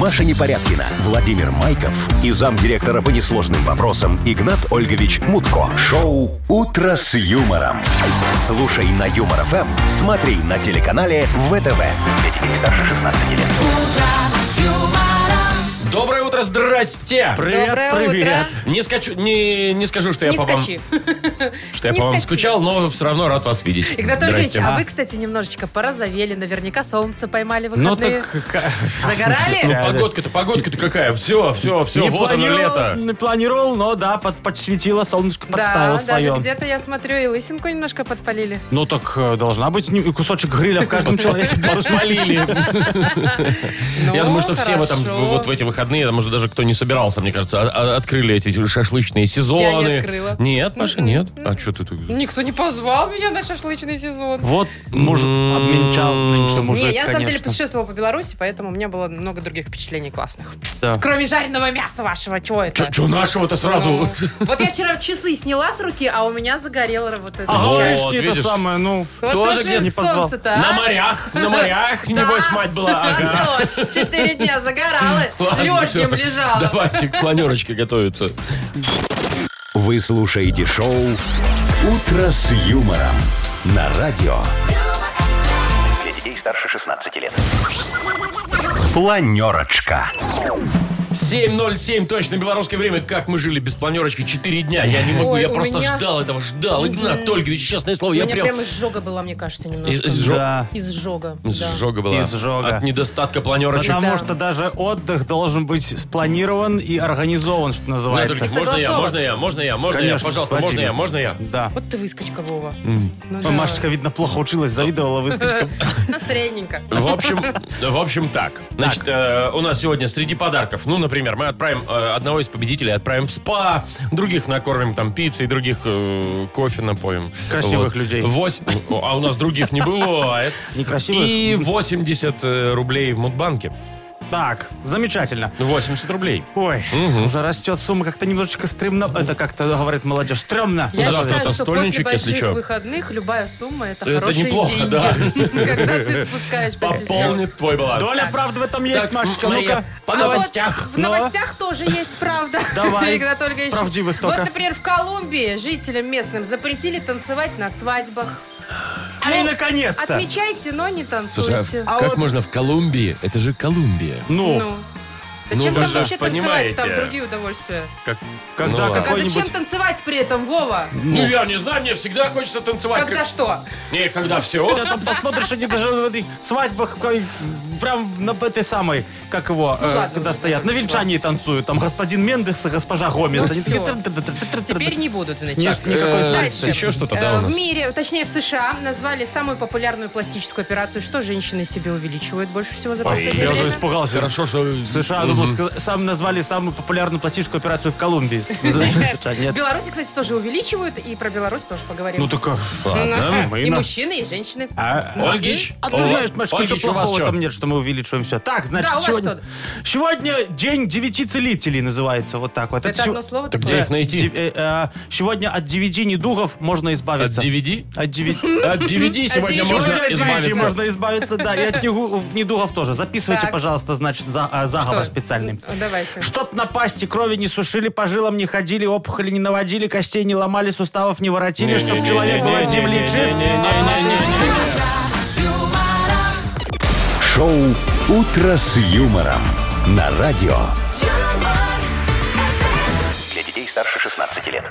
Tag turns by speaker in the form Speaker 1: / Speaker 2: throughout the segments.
Speaker 1: Маша Непорядкина, Владимир Майков и замдиректора по несложным вопросам Игнат Ольгович Мутко. Шоу «Утро с юмором». Слушай на Юмор ФМ, смотри на телеканале ВТВ. Для детей старше 16 лет.
Speaker 2: Доброе утро, здрасте!
Speaker 3: Привет,
Speaker 4: Доброе
Speaker 3: привет.
Speaker 4: утро.
Speaker 2: Не, скачу, не, не скажу, что я
Speaker 4: Не
Speaker 2: по вам,
Speaker 4: скачи.
Speaker 2: что я
Speaker 4: Не
Speaker 2: по вам
Speaker 4: скачи.
Speaker 2: скучал, но все равно рад вас видеть.
Speaker 4: Игнатольевич,
Speaker 2: Здрасте.
Speaker 4: а вы, кстати, немножечко порозовели. Наверняка солнце поймали в
Speaker 3: Ну
Speaker 4: выходные.
Speaker 3: так... ка-
Speaker 2: Ну,
Speaker 4: Загорали?
Speaker 3: Да, да.
Speaker 2: погодка-то, погодка-то какая? Все, все, все,
Speaker 3: не
Speaker 2: вот оно
Speaker 3: планировал,
Speaker 2: лето.
Speaker 3: не планировал, но да, под, подсветило, солнышко подставило
Speaker 4: да,
Speaker 3: свое.
Speaker 4: даже где-то я смотрю, и лысинку немножко подпалили.
Speaker 3: Ну так э, должна быть не- кусочек гриля в каждом человеке.
Speaker 2: Подпалили.
Speaker 4: Ну,
Speaker 2: Я думаю, что все в этом,
Speaker 4: хорошо.
Speaker 2: вот в эти выходные, там уже даже кто не собирался, мне кажется, а- а- открыли эти шашлычные сезоны.
Speaker 4: открыла. М-м-м.
Speaker 2: Нет, Маша, нет? А что ты... тут?
Speaker 4: Никто не позвал меня на шашлычный сезон.
Speaker 3: Вот мужик
Speaker 2: М-м-м.
Speaker 3: обменчал нынче мужик,
Speaker 4: не, я на самом деле
Speaker 3: конечно.
Speaker 4: путешествовала по Беларуси, поэтому у меня было много других впечатлений классных.
Speaker 3: Да.
Speaker 4: Кроме жареного мяса вашего, чего это?
Speaker 2: Че нашего-то сразу?
Speaker 4: Ну, Вот я вчера часы сняла с руки, а у меня загорело вот это.
Speaker 3: А
Speaker 2: Вот,
Speaker 3: говоришь ты это
Speaker 2: видишь.
Speaker 3: самое, ну...
Speaker 4: Вот
Speaker 2: тоже
Speaker 4: тоже
Speaker 2: где-то
Speaker 3: не позвал.
Speaker 4: солнце-то, а?
Speaker 2: На морях, на морях, небось, мать была. Ага.
Speaker 4: Антош, четыре дня загорала,
Speaker 2: Ладно,
Speaker 4: лёжнем
Speaker 2: всё.
Speaker 4: лежала.
Speaker 2: Давайте к планерочке готовиться.
Speaker 1: Вы слушаете шоу «Утро с юмором» на радио. Для детей старше 16 лет. Планерочка.
Speaker 2: 7.07, точно белорусское время. Как мы жили без планерочки 4 дня. Я не могу,
Speaker 4: Ой,
Speaker 2: я
Speaker 4: у
Speaker 2: просто
Speaker 4: меня-
Speaker 2: ждал этого, ждал. Игнат Ольгович, честное слово,
Speaker 4: У
Speaker 2: я
Speaker 4: меня
Speaker 2: прям...
Speaker 4: прям изжога была, мне кажется,
Speaker 2: Из-
Speaker 4: немножко.
Speaker 2: изжог-
Speaker 3: Да.
Speaker 4: Изжога. да.
Speaker 2: Изжога была.
Speaker 3: Изжога.
Speaker 2: От недостатка планерочек.
Speaker 3: Потому
Speaker 4: Да.
Speaker 3: что даже отдых должен быть спланирован и организован, что называется.
Speaker 2: Игнат Ольгович, можно я,
Speaker 4: согласован.
Speaker 2: можно я, можно я, можно я,
Speaker 3: Конечно,
Speaker 2: пожалуйста, можно
Speaker 3: Владимир.
Speaker 2: я, можно я.
Speaker 3: Да.
Speaker 4: Вот ты выскочка, Вова. Ну
Speaker 3: Ой,
Speaker 4: да.
Speaker 3: Машечка, видно, плохо училась, завидовала выскочкам.
Speaker 4: Ну, средненько.
Speaker 2: В общем, в общем так. Значит, э, у нас сегодня среди подарков, ну, например, мы отправим э, одного из победителей, отправим в спа, других накормим там пиццей, других э, кофе напоим.
Speaker 3: Красивых людей.
Speaker 2: Вось- А у нас других не бывает.
Speaker 3: Некрасивых?
Speaker 2: И 80 э, рублей в Мудбанке.
Speaker 3: Так, замечательно.
Speaker 2: 80 рублей.
Speaker 3: Ой, уже растет сумма как-то немножечко стремно. Это как-то говорит молодежь, стрёмно.
Speaker 4: Я
Speaker 2: Завтра
Speaker 4: считаю, что после
Speaker 2: застольничек, если
Speaker 4: больших
Speaker 2: чё.
Speaker 4: выходных любая сумма это,
Speaker 2: Это
Speaker 4: хорошие
Speaker 2: неплохо,
Speaker 4: деньги.
Speaker 2: да.
Speaker 4: Когда ты спускаешь после всего.
Speaker 2: Пополнит твой баланс.
Speaker 3: Доля правды в этом есть,
Speaker 2: Так,
Speaker 3: Машечка.
Speaker 2: Мария,
Speaker 3: Ну-ка,
Speaker 2: по
Speaker 4: А
Speaker 2: новостях.
Speaker 4: вот в новостях тоже есть правда.
Speaker 3: Давай,
Speaker 4: Игнат Ольгович.
Speaker 3: с правдивых
Speaker 4: Вот,
Speaker 3: только.
Speaker 4: например, в Колумбии жителям местным запретили танцевать на свадьбах.
Speaker 3: А и
Speaker 4: Ну,
Speaker 3: наконец-то.
Speaker 4: Отмечайте, но не
Speaker 2: Слушай, а
Speaker 4: танцуйте.
Speaker 2: как можно в Колумбии? Это же Колумбия.
Speaker 3: Ну,
Speaker 4: Ну. Да
Speaker 2: Ну,
Speaker 4: чем
Speaker 2: вы
Speaker 4: там
Speaker 2: же
Speaker 4: вообще танцевать? Там
Speaker 2: понимаете.
Speaker 4: другие удовольствия.
Speaker 2: Как-
Speaker 3: когда
Speaker 2: ну,
Speaker 4: Так а зачем
Speaker 3: какой-нибудь...
Speaker 4: танцевать при этом, Вова?
Speaker 2: Ну, я не знаю, мне всегда хочется танцевать.
Speaker 4: Когда
Speaker 2: как-
Speaker 4: что?
Speaker 2: Не, когда все.
Speaker 3: Ты там посмотришь, они даже в этой свадьбах какой- прям на этой самой, как его, э,
Speaker 4: Ну ладно,
Speaker 3: когда
Speaker 4: уже
Speaker 3: стоят, на
Speaker 4: подошла.
Speaker 3: вельчане танцуют. Там господин Мендекс и госпожа Гомес.
Speaker 4: Ну
Speaker 3: Они
Speaker 4: всё.
Speaker 3: такие тры-тры-тры-тры-тры-тры.
Speaker 4: Теперь не будут, значит.
Speaker 3: Ни- никакой
Speaker 2: э,
Speaker 3: секс.
Speaker 4: Дальше.
Speaker 2: еще что-то, да,
Speaker 4: Э,
Speaker 2: у нас?
Speaker 4: В мире, точнее в США, назвали самую популярную пластическую операцию, что женщины себе увеличивают больше всего за последнее
Speaker 3: Я уже
Speaker 4: время.
Speaker 3: испугался.
Speaker 2: Хорошо, что...
Speaker 3: В США, я думал, ска- сам назвали самую популярную пластическую операцию в Колумбии.
Speaker 4: В
Speaker 3: Нет.
Speaker 4: Беларуси, кстати, тоже увеличивают, и про Беларусь тоже поговорим.
Speaker 3: Ну так, а,
Speaker 4: Ага.
Speaker 3: мы
Speaker 4: и
Speaker 3: на-
Speaker 4: мужчины, и женщины. Ну,
Speaker 3: а, а,
Speaker 2: Ольгич?
Speaker 3: а ты
Speaker 2: О,
Speaker 3: знаешь, Машка,
Speaker 2: Ольгич,
Speaker 3: ничего
Speaker 2: у вас
Speaker 3: плохого
Speaker 2: чё?
Speaker 3: там нет, что мы увеличиваем все. Так, значит,
Speaker 4: Да, у вас
Speaker 3: сегодня,
Speaker 4: что?
Speaker 3: сегодня день девяти целителей называется, вот так вот.
Speaker 4: Это
Speaker 3: сё-
Speaker 4: одно ну, слово
Speaker 2: Так
Speaker 4: такое?
Speaker 2: где их найти?
Speaker 3: Дев- э, э, Сегодня от девяти недугов можно
Speaker 2: От
Speaker 3: избавиться.
Speaker 2: DVD?
Speaker 3: От девяти...
Speaker 2: От DVD сегодня
Speaker 4: DVD
Speaker 2: можно
Speaker 3: Сегодня от девичьей
Speaker 2: избавиться.
Speaker 3: можно избавиться, да, и от негу- недугов тоже. Записывайте,
Speaker 4: Так.
Speaker 3: пожалуйста, значит, за, а, заговор
Speaker 4: Что?
Speaker 3: специальный.
Speaker 4: Ну, Давайте.
Speaker 3: Чтоб на пасти крови не сушили, по жилам не ходили, опухоли не наводили, костей не ломали, суставов не воротили, чтоб человек был от земли чист.
Speaker 1: Шоу «Утро с юмором» на радио. Для детей старше 16 лет.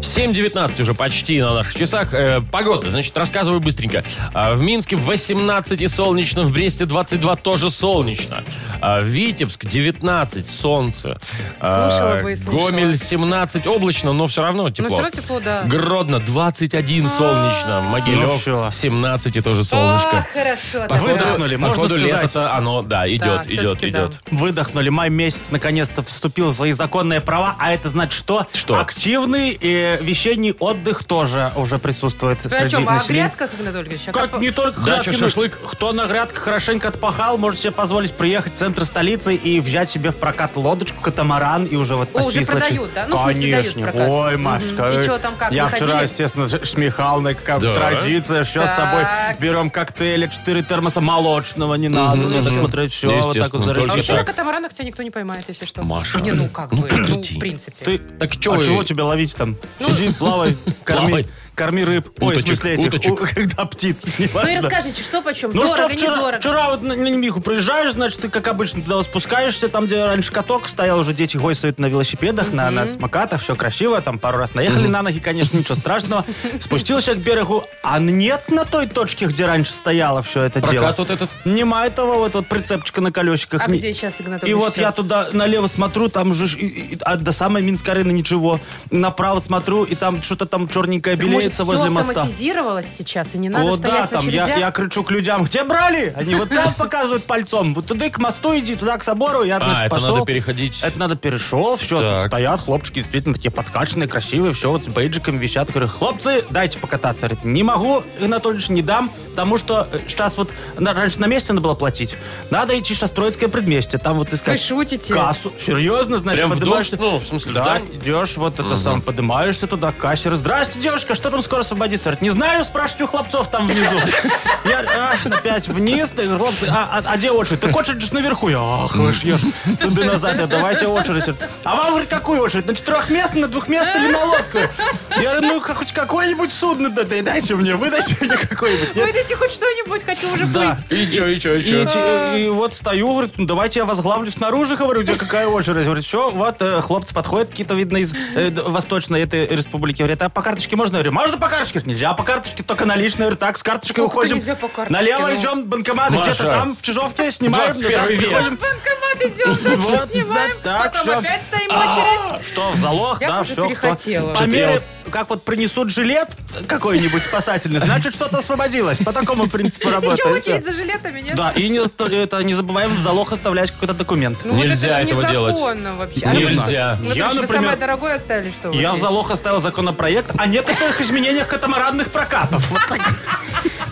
Speaker 2: 7.19 уже почти на наших часах. Э, погода, значит, рассказываю быстренько. А, в Минске 18 и солнечно, в Бресте 22 тоже солнечно. А, Витебск 19, солнце. А,
Speaker 4: Слушала бы и слушала.
Speaker 2: Гомель 17, облачно, но все равно тепло.
Speaker 4: всё равно тепло, да.
Speaker 2: Гродно 21, солнечно.
Speaker 3: Ну
Speaker 2: Могилев
Speaker 3: всё.
Speaker 2: 17 и тоже
Speaker 4: А,
Speaker 2: солнышко.
Speaker 4: хорошо.
Speaker 3: Вы-
Speaker 4: давай.
Speaker 3: Выдохнули, можно
Speaker 2: Походу,
Speaker 3: сказать.
Speaker 2: лето-то оно, да,
Speaker 4: Да,
Speaker 2: идет, идет,
Speaker 4: всё-таки да.
Speaker 2: идет.
Speaker 3: Выдохнули. Май месяц наконец-то вступил в свои законные права. А это значит что?
Speaker 2: Что?
Speaker 3: Активный э, весенний отдых тоже уже присутствует
Speaker 4: Вы о
Speaker 3: среди
Speaker 4: чем? О
Speaker 3: населения.
Speaker 4: грядках, Игнат Ольгович? А
Speaker 3: Как
Speaker 4: как-
Speaker 3: не только
Speaker 2: Дача,
Speaker 3: грядки, но-
Speaker 2: шашлык.
Speaker 3: Кто на грядках хорошенько отпахал, может себе позволить приехать в центр столицы и взять себе в прокат лодочку, катамаран и уже вот
Speaker 4: О, уже
Speaker 3: посислочить.
Speaker 4: продают, да? Ну, в смысле, дают в
Speaker 3: Конечно.
Speaker 4: прокат.
Speaker 3: Ой,
Speaker 4: Мгм.
Speaker 3: Машка.
Speaker 4: И
Speaker 3: э,
Speaker 4: чё там, как,
Speaker 3: Я
Speaker 4: вы
Speaker 3: вчера,
Speaker 4: ходили?
Speaker 3: естественно, ж- с Михалной, как
Speaker 2: Да.
Speaker 3: традиция, все с собой.
Speaker 4: Так.
Speaker 3: Берем коктейли, 4 термоса молочного, не надо. Надо смотреть все. Вот так
Speaker 2: Естественно,
Speaker 3: вот
Speaker 2: только
Speaker 4: А
Speaker 3: зарядить.
Speaker 4: вообще
Speaker 2: так.
Speaker 4: на катамаранах тебя никто не поймает, если что.
Speaker 2: Маша,
Speaker 4: Не, ну как
Speaker 2: ну
Speaker 4: бы, ну
Speaker 2: прекрати.
Speaker 4: в принципе.
Speaker 3: Ты,
Speaker 2: Так чё
Speaker 3: а
Speaker 2: вы-
Speaker 3: чего тебя ловить там? Сиди, плавай, корми,
Speaker 2: Плавай.
Speaker 3: корми рыб. Ой, в
Speaker 2: Уточек,
Speaker 3: смысле этих,
Speaker 2: уточек.
Speaker 3: у- когда птиц.
Speaker 4: Ну и
Speaker 3: неважно.
Speaker 4: расскажите, что почем?
Speaker 3: Ну
Speaker 4: Дорого,
Speaker 3: что, вчера,
Speaker 4: недорого.
Speaker 3: вчера вот на, на Немиху приезжаешь, значит, ты, как обычно, туда вот спускаешься, там, где раньше каток стоял, уже дети гойствуют на велосипедах, на, на смокатах, все красиво, там пару раз наехали на ноги, конечно, ничего страшного. Спустился к берегу, а нет на той точке, где раньше стояло все это
Speaker 2: Прокат
Speaker 3: дело.
Speaker 2: вот этот.
Speaker 3: Нема этого вот, вот прицепчика на колесиках.
Speaker 4: А
Speaker 3: Ни-
Speaker 4: где сейчас, Игнат
Speaker 3: и
Speaker 4: Ольгович,
Speaker 3: вот
Speaker 4: всё?
Speaker 3: я туда налево смотрю, там же ж и- и- а до самой Минской рынок ничего. Направо смотрю, и там что-то там черненькое
Speaker 4: Так, Может,
Speaker 3: белеется
Speaker 4: все
Speaker 3: возле моста.
Speaker 4: автоматизировалось сейчас, и не надо
Speaker 3: Куда
Speaker 4: стоять в
Speaker 3: там? Я,
Speaker 4: очередях?
Speaker 3: я кричу к людям, где брали? Они вот там показывают пальцом. Вот туда к мосту иди, туда к собору. Я, значит,
Speaker 2: А, это
Speaker 3: пошел.
Speaker 2: надо переходить.
Speaker 3: Это надо перешел, все,
Speaker 2: Так.
Speaker 3: стоят хлопчики, действительно, такие подкачанные, красивые, все, вот с бейджиками висят. Говорю, хлопцы, дайте покататься. Говорит, не могу, Анатольевич, не дам, потому что сейчас вот на- раньше на месте надо было платить. Надо идти в Шастроицкое предместье, там вот искать
Speaker 4: Вы шутите?
Speaker 3: кассу. Серьезно, значит,
Speaker 2: Прям в
Speaker 3: поднимаешься-
Speaker 2: дом? Ну, в смысле, в
Speaker 3: да,
Speaker 2: здание?
Speaker 3: идешь, вот это сам, поднимаешься туда, к кассиру. Здрасте, девушка, что там скоро освободится? Говорит, не знаю, спрашивайте у хлопцов там внизу. Я а, опять вниз, ты, хлопцы, а, а- а где очередь? Так очередь же наверху. Я, ах, вы ж ешь. Туда назад, я, давайте очередь. Говорит, А вам, говорит, какую очередь? На четырехместную, на двухместную или на лодку? Я говорю, ну, как- хоть какое-нибудь судно да, да, дайте мне, выдайте мне какое-нибудь. Я
Speaker 4: Выйдите Ну, хоть что-нибудь, хочу уже
Speaker 2: Да.
Speaker 4: плыть.
Speaker 2: И чё, и чё, и
Speaker 3: и,
Speaker 2: чё?
Speaker 3: те- и вот стою, говорит, ну давайте я возглавлю снаружи, говорю, где какая очередь. Говорит, все, вот э, хлопцы подходят какие-то, видно, из э, д- восточной этой республики. Говорят, а по карточке можно? Я говорю, можно по карточке? Говорит, Нельзя по карточке, только наличные. Я Говорю, так, с карточкой
Speaker 4: Как-то
Speaker 3: уходим.
Speaker 4: нельзя по карточке,
Speaker 3: Налево
Speaker 4: ну.
Speaker 3: идем, банкомат
Speaker 2: Маша,
Speaker 3: где-то там, в Чижовке, снимаем.
Speaker 2: 21
Speaker 3: назад
Speaker 2: век.
Speaker 4: В
Speaker 3: приходим.
Speaker 4: банкомат идем,
Speaker 3: Вот,
Speaker 4: дальше снимаем,
Speaker 3: да, А, так,
Speaker 4: потом
Speaker 3: всё.
Speaker 4: опять стоим очередь.
Speaker 3: Что, в залог,
Speaker 4: Я
Speaker 3: да,
Speaker 4: уже
Speaker 3: все. кто-
Speaker 4: перехотела.
Speaker 3: По
Speaker 4: Что-то
Speaker 2: я
Speaker 3: мере,
Speaker 2: вот-
Speaker 3: как вот принесут жилет какой-нибудь спасательный, значит, что-то освободилось. По такому принципу работает.
Speaker 4: Еще
Speaker 3: всё.
Speaker 4: очередь за жилетами, нет?
Speaker 3: Да, и не, заста- это, не забываем в залог оставлять какой-то документ.
Speaker 4: Ну вот это
Speaker 2: Нельзя
Speaker 4: же
Speaker 2: этого делать.
Speaker 4: незаконно вообще. А,
Speaker 2: Нельзя.
Speaker 4: Ну,
Speaker 3: Я,
Speaker 4: я, вы
Speaker 3: например,
Speaker 4: самое дорогое оставили, что у вас
Speaker 3: Я в
Speaker 4: есть?
Speaker 3: залог оставил законопроект о некоторых изменениях катамаранных прокатов. Вот так.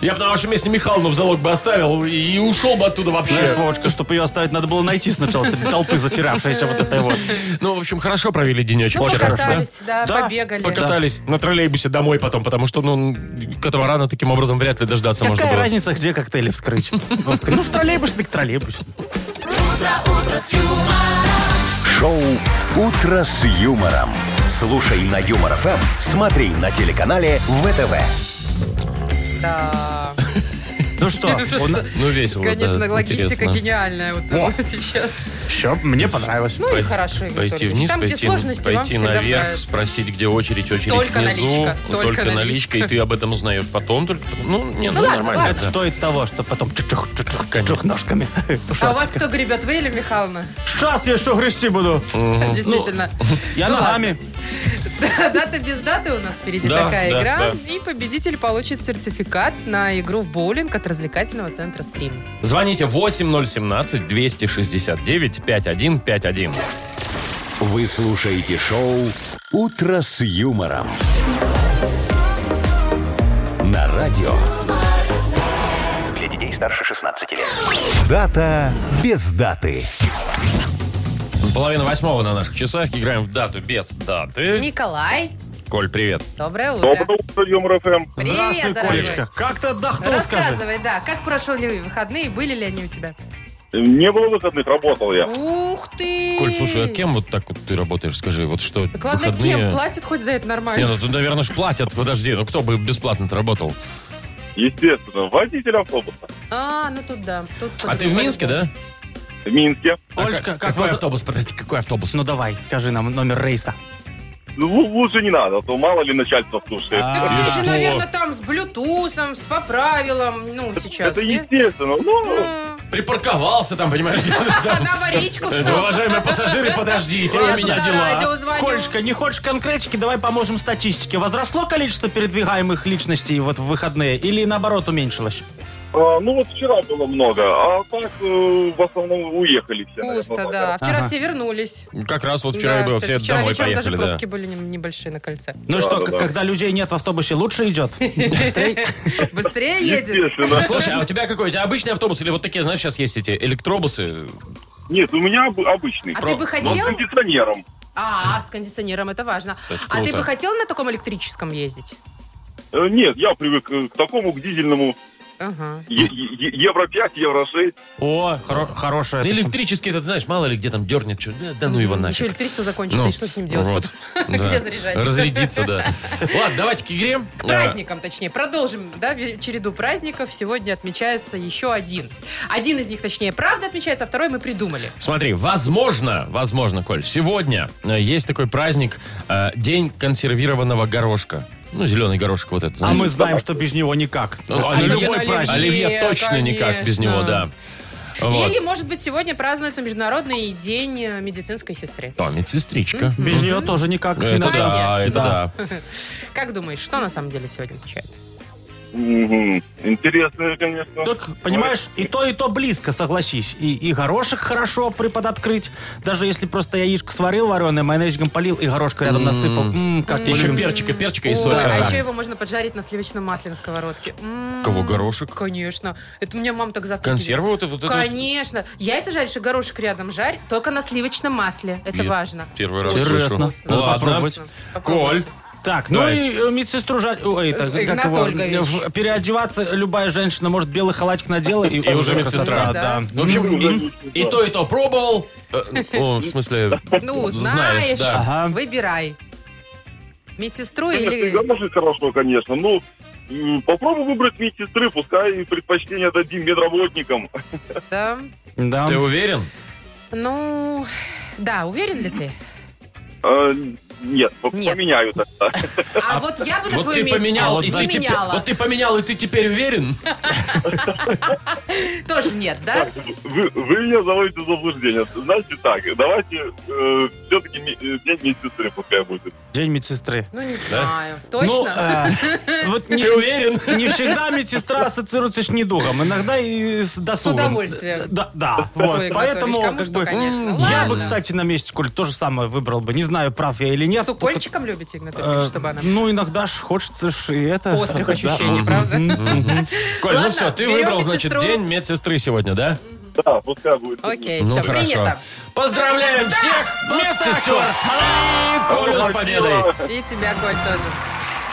Speaker 2: Я бы на вашем месте Михайловну в залог бы оставил и ушел бы оттуда
Speaker 3: Знаешь,
Speaker 2: вообще.
Speaker 3: Вовочка, чтобы ее оставить, надо было найти сначала среди толпы затиравшейся вот этой вот.
Speaker 2: Ну, в общем, хорошо провели денечек.
Speaker 4: Ну,
Speaker 2: Очень хорошо.
Speaker 4: покатались, да,
Speaker 3: Да,
Speaker 4: побегали.
Speaker 2: Покатались на троллейбусе домой потом, потому что, ну, катамарана таким образом вряд ли дождаться можно
Speaker 3: Какая
Speaker 2: было.
Speaker 3: разница, где коктейли вскрыть? Вовка? Ну, в троллейбусе, так в троллейбусе.
Speaker 1: Шоу «Утро с юмором». Слушай на Юмор ФМ, смотри на телеканале ВТВ.
Speaker 4: Да,
Speaker 3: Ну что,
Speaker 2: Ну, весело.
Speaker 4: конечно,
Speaker 2: да,
Speaker 4: логистика
Speaker 2: интересно.
Speaker 4: гениальная вот
Speaker 3: Во.
Speaker 4: сейчас.
Speaker 3: все, мне понравилось.
Speaker 4: Ну и
Speaker 2: Пой-
Speaker 4: хорошо, Игорь
Speaker 2: Пойти
Speaker 4: Анатольевич.
Speaker 2: вниз,
Speaker 4: Там, где
Speaker 2: пойти,
Speaker 4: сложности, вам
Speaker 2: пойти
Speaker 4: всегда
Speaker 2: наверх,
Speaker 4: нравится.
Speaker 2: спросить, где очередь, очередь
Speaker 4: Только
Speaker 2: внизу.
Speaker 4: наличка,
Speaker 2: Только,
Speaker 4: только
Speaker 2: наличка, и
Speaker 4: наличка.
Speaker 2: ты об этом узнаешь потом. Только, потом. ну, не, ну,
Speaker 4: ладно,
Speaker 2: нормально.
Speaker 4: ладно.
Speaker 2: да.
Speaker 3: Стоит того, что потом чух чух чух ножками.
Speaker 4: А у вас кто гребет, вы или Михайловна?
Speaker 3: Сейчас я еще грести буду.
Speaker 2: Ну,
Speaker 4: Действительно.
Speaker 3: Я
Speaker 4: Ну
Speaker 3: ногами.
Speaker 4: Дата без даты у нас впереди
Speaker 2: Да,
Speaker 4: такая
Speaker 2: да,
Speaker 4: игра.
Speaker 2: да.
Speaker 4: И победитель получит сертификат на игру в боулинг от развлекательного центра «Стрим».
Speaker 2: Звоните 8017-269-5151.
Speaker 1: Вы слушаете шоу «Утро с юмором». На радио.
Speaker 5: Для детей старше 16 лет.
Speaker 1: Дата без даты.
Speaker 2: Половина восьмого на наших часах. Играем в дату без даты.
Speaker 4: Николай,
Speaker 2: Коль, привет.
Speaker 4: доброе утро.
Speaker 6: Доброе утро, Юмор ФМ.
Speaker 4: Привет,
Speaker 3: Здравствуй,
Speaker 4: дорогой.
Speaker 3: Колечка. Как ты отдохнул, скажи?
Speaker 4: Рассказывай, да, как прошел ли выходные, были ли они у тебя?
Speaker 6: Не было выходных, работал я.
Speaker 4: Ух ты!
Speaker 2: Коль, слушай, а кем вот так вот ты работаешь? Скажи, вот что,
Speaker 4: Так ладно,
Speaker 2: выходные?
Speaker 4: кем? Платят хоть за это
Speaker 2: Не,
Speaker 4: нормально.
Speaker 2: ну тут, наверное, ж платят. Подожди, ну кто бы бесплатно-то работал?
Speaker 6: Естественно, водитель автобуса.
Speaker 4: А, ну тут да. Тут
Speaker 2: А ты в Минске, да?
Speaker 6: В Минске.
Speaker 3: Колечка,
Speaker 2: А
Speaker 3: как
Speaker 2: какой
Speaker 3: вас...
Speaker 2: автобус? Подожди, какой автобус?
Speaker 3: Ну давай, скажи нам номер рейса.
Speaker 6: Ну, лучше не надо, а то мало ли начальство слушает.
Speaker 3: А,
Speaker 4: Так
Speaker 2: И
Speaker 4: ты же,
Speaker 2: что?
Speaker 4: наверное, там с блютусом, с по правилам, ну, сейчас,
Speaker 6: Это
Speaker 4: нет?
Speaker 6: естественно. Ну,
Speaker 4: Ну,
Speaker 2: Припарковался там, понимаешь?
Speaker 4: а на аварийку
Speaker 2: Э,
Speaker 4: встал.
Speaker 2: Уважаемые пассажиры, подождите, у
Speaker 4: Я
Speaker 2: меня
Speaker 4: туда радио
Speaker 2: дела.
Speaker 4: звоню.
Speaker 3: Колечка, не хочешь конкретики, давай поможем статистике. Возросло количество передвигаемых личностей вот в выходные или наоборот уменьшилось?
Speaker 6: А, ну вот вчера было много, а так э, в основном уехали все. наверное,
Speaker 4: Пусто,
Speaker 6: пока.
Speaker 4: да. Вчера
Speaker 3: Ага.
Speaker 4: все вернулись.
Speaker 2: Как раз вот вчера и было, все
Speaker 4: кстати, вчера
Speaker 2: домой
Speaker 4: вечером
Speaker 2: поехали,
Speaker 4: даже
Speaker 2: да.
Speaker 4: пробки были нем- небольшие на кольце.
Speaker 3: Ну что,
Speaker 6: да,
Speaker 3: к-
Speaker 6: да.
Speaker 3: когда людей нет в автобусе, лучше идет?
Speaker 4: Быстрее едет.
Speaker 6: Естественно.
Speaker 2: Слушай, а у тебя какой? У тебя обычный автобус или вот такие, знаешь, сейчас есть эти электробусы?
Speaker 6: Нет, у меня об- обычный.
Speaker 4: А ты бы
Speaker 6: Но с
Speaker 4: хотел...
Speaker 6: кондиционером.
Speaker 4: А, с кондиционером, это важно.
Speaker 2: Это
Speaker 4: А ты
Speaker 2: круто.
Speaker 4: бы хотел на таком электрическом ездить?
Speaker 6: Э, Нет, я привык э, к такому, к дизельному.
Speaker 4: Ага.
Speaker 6: Е- е- е- Евро 5, Евро 6.
Speaker 3: О, хоро- хорошая. ты ж-
Speaker 2: Электрический этот, знаешь, мало ли где там дернет. чё. Да, да ну его
Speaker 4: Еще
Speaker 2: нафиг.
Speaker 4: электричество закончится,
Speaker 2: Ну,
Speaker 4: и что с ним делать
Speaker 2: вот,
Speaker 4: потом?
Speaker 2: да.
Speaker 4: Где заряжать?
Speaker 2: Разрядиться, да. Ладно, давайте к игре.
Speaker 4: К праздникам, точнее. Продолжим, да, ве- череду праздников. Сегодня отмечается еще один. Один из них, точнее, правда отмечается, а второй мы придумали.
Speaker 2: Смотри, возможно, возможно, Коль, сегодня э, есть такой праздник э, День консервированного горошка. Ну, зеленый горошек вот этот.
Speaker 3: А
Speaker 2: знаешь.
Speaker 3: мы знаем, что без него никак.
Speaker 2: Ну,
Speaker 3: А
Speaker 2: оливье-
Speaker 3: любой
Speaker 4: оливье.
Speaker 3: праздник.
Speaker 2: Оливье точно никак без
Speaker 4: конечно.
Speaker 2: него, да. Вот.
Speaker 4: Или, может быть, сегодня празднуется Международный день э, медицинской сестры.
Speaker 2: О, медсестричка.
Speaker 3: Без нее тоже никак.
Speaker 2: Это
Speaker 3: иногда.
Speaker 2: да, это да.
Speaker 4: Как думаешь, что на самом деле сегодня отмечает?
Speaker 6: Мгм. Интересно, конечно.
Speaker 3: Так, понимаешь, и то, и то близко, согласись. И, и горошек хорошо приподоткрыть. Даже если просто яичко сварил вареное, майонезиком полил и горошка
Speaker 2: М-м.
Speaker 3: рядом насыпал. М, как мы
Speaker 2: Еще
Speaker 3: любим.
Speaker 2: перчика, перчика и
Speaker 4: Ой,
Speaker 2: соли.
Speaker 4: а
Speaker 2: Да.
Speaker 4: еще его можно поджарить на сливочном масле на сковородке. М,
Speaker 2: Кого, горошек?
Speaker 4: Конечно. Это у меня мама так завтра.
Speaker 2: Консервы вот это вот. это вот.
Speaker 4: Конечно. Яйца жаришь и горошек рядом жарь, только на сливочном масле. Это
Speaker 2: Я
Speaker 4: важно.
Speaker 2: Первый раз
Speaker 3: Интересно.
Speaker 2: слышу.
Speaker 3: Надо
Speaker 2: Ну, ладно.
Speaker 3: попробовать.
Speaker 2: Коль,
Speaker 4: Попробуйте.
Speaker 3: Так, ну
Speaker 2: Давай.
Speaker 3: и э, медсестру жа- ой, это, как
Speaker 4: Игнат
Speaker 3: его,
Speaker 4: Ольгович.
Speaker 3: в- переодеваться любая женщина может белый халатик надела и,
Speaker 2: и уже медсестра.
Speaker 4: Ну, да.
Speaker 2: В общем, и,
Speaker 6: Мгм.
Speaker 2: и то, и то пробовал. Э, О, в смысле,
Speaker 4: Ну,
Speaker 2: знаешь,
Speaker 4: знаешь,
Speaker 2: да.
Speaker 3: Ага.
Speaker 4: выбирай. Медсестру
Speaker 6: Конечно, и
Speaker 4: Ну, или...
Speaker 6: горошек хорошо, конечно. Ну, м, попробуй выбрать медсестры, пускай предпочтение дадим медработникам.
Speaker 4: Да.
Speaker 3: Да.
Speaker 2: Ты уверен?
Speaker 4: Ну, да, уверен ли ты?
Speaker 6: Э, Нет, по-
Speaker 4: Нет.
Speaker 6: поменяю тогда.
Speaker 4: А вот я бы на
Speaker 2: Вот ты
Speaker 4: твоем месте
Speaker 2: поменял, и ты теперь,
Speaker 4: поменяла.
Speaker 2: вот ты поменял, и ты теперь уверен?
Speaker 4: Тоже нет, да?
Speaker 6: Вы, вы меня заводите в заблуждение. Знаете так, давайте э, все-таки день медсестры пускай будет.
Speaker 3: День медсестры.
Speaker 4: Ну, не знаю.
Speaker 3: Ну,
Speaker 4: Точно?
Speaker 3: э, вот не,
Speaker 2: Ты уверен?
Speaker 3: не всегда медсестра ассоциируется с недугом, иногда и с досугом.
Speaker 4: удовольствием.
Speaker 3: Да, да.
Speaker 4: Ой,
Speaker 3: Вот,
Speaker 4: Игнат
Speaker 3: поэтому
Speaker 4: Ольгович, кому
Speaker 3: как
Speaker 4: что,
Speaker 3: бы.
Speaker 4: конечно.
Speaker 3: м, Я
Speaker 4: Ладно.
Speaker 3: бы, кстати, на месте Коль тоже самое выбрал бы. Не знаю, прав я или нет.
Speaker 4: С укольчиком любите, Игнат
Speaker 3: только,
Speaker 4: Ильич,
Speaker 3: э,
Speaker 4: чтобы она...
Speaker 3: Ну, иногда ж хочется ж и это.
Speaker 4: Острых
Speaker 3: Да.
Speaker 4: ощущений, правда?
Speaker 2: Коль, ну
Speaker 4: Ладно,
Speaker 2: все, ты
Speaker 4: берем
Speaker 2: выбрал, значит,
Speaker 4: медсестру.
Speaker 2: день медсестры сегодня, да?
Speaker 6: Да, пускай будет.
Speaker 4: Окей,
Speaker 2: Ну
Speaker 4: все,
Speaker 2: хорошо.
Speaker 4: принято.
Speaker 2: Поздравляем всех медсестер! И Колю с победой!
Speaker 4: И тебя, Коль, тоже.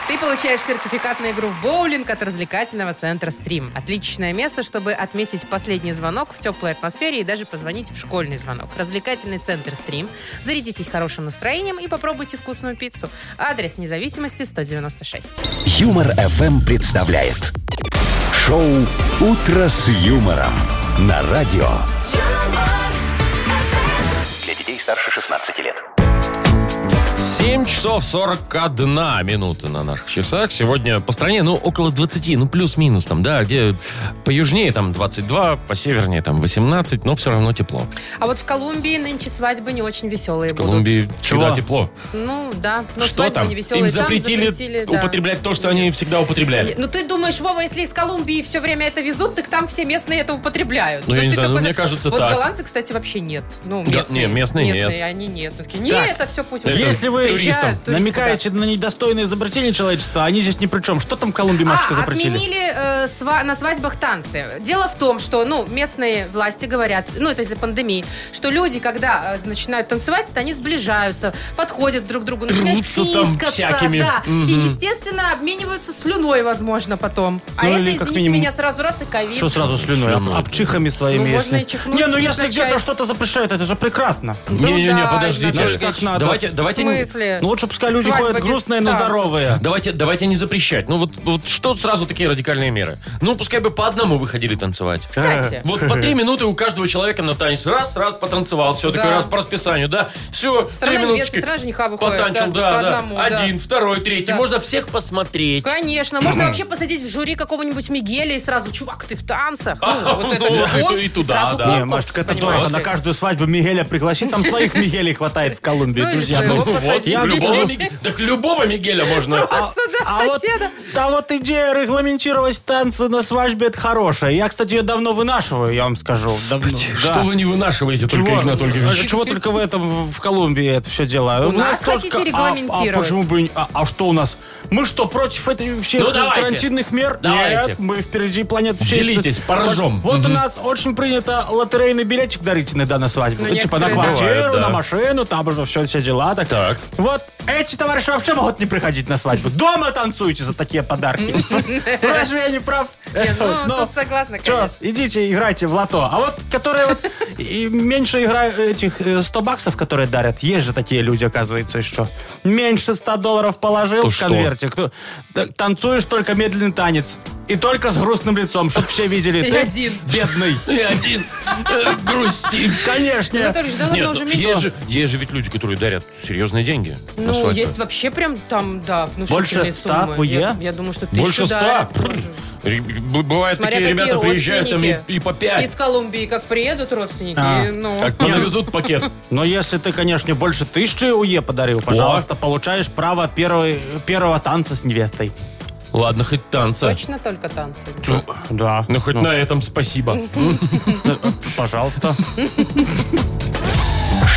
Speaker 4: Ты получаешь сертификат на игру в боулинг от развлекательного центра «Стрим». Отличное место, чтобы отметить последний звонок в теплой атмосфере и даже позвонить в школьный звонок. Развлекательный центр «Стрим». Зарядитесь хорошим настроением и попробуйте вкусную пиццу. Адрес независимости 196.
Speaker 1: Юмор FM представляет шоу Утро с юмором на радио.
Speaker 5: Для детей старше 16 лет.
Speaker 2: 7 часов 41 минута на наших часах. Сегодня по стране, ну, около 20, ну, плюс-минус там, да, где по южнее там 22, по севернее там 18, но все равно тепло.
Speaker 4: А вот в Колумбии нынче свадьбы не очень веселые
Speaker 2: В Колумбии всегда
Speaker 3: Чего?
Speaker 2: тепло.
Speaker 4: будут. Ну, да. Но
Speaker 2: что
Speaker 4: свадьбы
Speaker 2: там?
Speaker 4: не веселые.
Speaker 2: Им запретили,
Speaker 4: да.
Speaker 2: употреблять то, что они всегда употребляли.
Speaker 4: Ну, ты думаешь, Вова, если из Колумбии все время это везут, так там все местные это употребляют.
Speaker 2: Ну,
Speaker 4: Вот
Speaker 2: я не
Speaker 4: ты
Speaker 2: знаю, ну,
Speaker 4: такой,
Speaker 2: мне кажется,
Speaker 4: Вот
Speaker 2: так.
Speaker 4: голландцы, кстати, вообще нет. Ну,
Speaker 2: Да,
Speaker 4: местные.
Speaker 2: не, местные нет.
Speaker 4: они нет. Они такие, не,
Speaker 3: Так.
Speaker 4: это все пусть...
Speaker 2: Это
Speaker 3: Если вы
Speaker 2: туристам.
Speaker 4: Туристы,
Speaker 3: намекаете на недостойные изобретения человечества, они здесь ни при чем. Что там в Колумбии, Машечка,
Speaker 4: а,
Speaker 3: запретили?
Speaker 4: отменили э, сва- на свадьбах танцы. Дело в том, что, ну, местные власти говорят, ну, это из-за пандемии, что люди, когда э, начинают танцевать, то они сближаются, подходят друг к другу, начинают
Speaker 2: Трутся там
Speaker 4: тискаться,
Speaker 2: всякими.
Speaker 4: да,
Speaker 2: Мгм.
Speaker 4: и, естественно, обмениваются слюной, возможно, потом. А
Speaker 3: Ну,
Speaker 4: это,
Speaker 3: или как
Speaker 4: извините
Speaker 3: минимум-
Speaker 4: меня, сразу раз и ковид.
Speaker 3: Что сразу слюной? Об- Обчихами своими.
Speaker 4: Ну,
Speaker 3: если-
Speaker 4: можно и чихнуть,
Speaker 3: Не, ну
Speaker 4: не
Speaker 3: если
Speaker 4: означает.
Speaker 3: где-то что-то запрещают, это же прекрасно.
Speaker 4: Ну
Speaker 2: Не-не-не,
Speaker 4: да,
Speaker 2: подождите.
Speaker 4: Игнат
Speaker 3: Знаешь, как надо?
Speaker 2: Давайте,
Speaker 4: В
Speaker 2: давайте, не-
Speaker 4: смысле?
Speaker 3: Ну лучше пускай люди
Speaker 4: Свадьба
Speaker 3: ходят
Speaker 4: без
Speaker 3: грустные, но
Speaker 4: танцев.
Speaker 3: здоровые.
Speaker 2: давайте, давайте не запрещать. Ну, вот, вот что сразу такие радикальные меры? Ну, пускай бы по одному выходили танцевать.
Speaker 4: Кстати,
Speaker 2: Вот по три минуты у каждого человека на танец. Раз, раз потанцевал, все, такой
Speaker 4: Да.
Speaker 2: раз по расписанию, да. Все, три
Speaker 4: Страна
Speaker 2: минуточки.
Speaker 4: невест, страна жениха выходит,
Speaker 2: Потанчил,
Speaker 4: да,
Speaker 2: да,
Speaker 4: по
Speaker 2: да.
Speaker 4: одному, да.
Speaker 2: Один, второй, третий.
Speaker 4: Да.
Speaker 2: Можно всех посмотреть.
Speaker 4: Конечно, можно вообще посадить в жюри какого-нибудь Мигеля и сразу, чувак, ты в танцах. Ну, вот это
Speaker 2: ну,
Speaker 4: вот
Speaker 2: и
Speaker 4: он,
Speaker 2: ту- и туда,
Speaker 4: сразу
Speaker 2: да.
Speaker 4: конкурс,
Speaker 3: Не, Машечка, это
Speaker 4: понимаешь
Speaker 3: дорого. На
Speaker 4: ли?
Speaker 3: каждую свадьбу Мигеля пригласи. Там своих Мигелей хватает в Колумбии,
Speaker 4: Ну, или
Speaker 3: друзья.
Speaker 4: своего
Speaker 2: ну, вот
Speaker 4: посади,
Speaker 3: Я
Speaker 2: любого,
Speaker 3: вижу.
Speaker 2: Миг- так любого Мигеля можно.
Speaker 4: Просто, да,
Speaker 3: А вот,
Speaker 4: соседа.
Speaker 3: да вот идея регламентировать танцы на свадьбе это хорошая. Я, кстати, ее давно вынашиваю, я вам скажу. Давно. Да.
Speaker 2: А Что вы не вынашиваете, только
Speaker 3: Чего?
Speaker 2: Игнат
Speaker 3: А
Speaker 2: Ольгович?
Speaker 3: Чего только в этом в Колумбии это все дело.
Speaker 4: У нас
Speaker 3: тоже
Speaker 4: хотите
Speaker 3: ка- а-
Speaker 4: регламентировать?
Speaker 3: А, почему бы? и- А, а что у нас? Мы что против этих всех
Speaker 2: Ну, давайте.
Speaker 3: карантинных мер?
Speaker 2: Давайте.
Speaker 3: Нет, мы впереди планеты. всей.
Speaker 2: Делитесь, поржем.
Speaker 3: Вот, вот
Speaker 2: Мгм.
Speaker 3: у нас очень принято лотерейный билетик дарить иногда на свадьбу.
Speaker 4: Ну,
Speaker 3: Ну, типа на
Speaker 4: некоторые,
Speaker 3: квартиру,
Speaker 2: Бывает, да.
Speaker 3: на машину, там уже все, все дела. Так.
Speaker 2: Так.
Speaker 3: Вот эти товарищи вообще могут не приходить на свадьбу. Дома танцуйте за такие подарки. Разве я не прав?
Speaker 4: Не, Ну,
Speaker 3: Но-
Speaker 4: тут согласна,
Speaker 3: Че,
Speaker 4: конечно.
Speaker 3: идите, играйте в лото. А вот, которые вот и меньше играют этих э, 100 баксов, которые дарят. Есть же такие люди, оказывается, еще. Меньше 100 долларов положил
Speaker 2: То
Speaker 3: в
Speaker 2: что?
Speaker 3: конвертик. Ту- та- Танцуешь только медленный танец. И только с грустным лицом, чтобы все видели.
Speaker 4: И
Speaker 3: Ты
Speaker 4: один.
Speaker 3: Бедный.
Speaker 2: И один э, грустишь.
Speaker 3: Конечно.
Speaker 4: Анатолий, да ладно,
Speaker 2: Нет,
Speaker 4: уже
Speaker 2: ну,
Speaker 4: меньше.
Speaker 2: есть, же, есть же ведь люди, которые дарят серьезные деньги на
Speaker 4: Ну,
Speaker 2: свадьбу.
Speaker 4: есть вообще прям там, да, внушительные
Speaker 3: Больше ста
Speaker 4: суммы. Я,
Speaker 3: пуэ?
Speaker 4: я думаю, что тысячу
Speaker 2: Больше ста.
Speaker 4: дарят тоже.
Speaker 2: Ре- б- Бывают
Speaker 4: Смотря
Speaker 2: такие
Speaker 4: какие
Speaker 2: ребята, приезжают там и,
Speaker 4: родственники.
Speaker 2: и по пять.
Speaker 4: Из Колумбии как приедут родственники,
Speaker 3: А.
Speaker 4: и, ну...
Speaker 2: Как навезут пакет.
Speaker 3: Но если ты, конечно, больше тысячи УЕ подарил, пожалуйста, получаешь право первой- первого танца с невестой.
Speaker 2: Ладно, хоть танца.
Speaker 4: Точно только танцы.
Speaker 3: Да.
Speaker 2: Ну, хоть на этом спасибо. А
Speaker 3: э, Пожалуйста.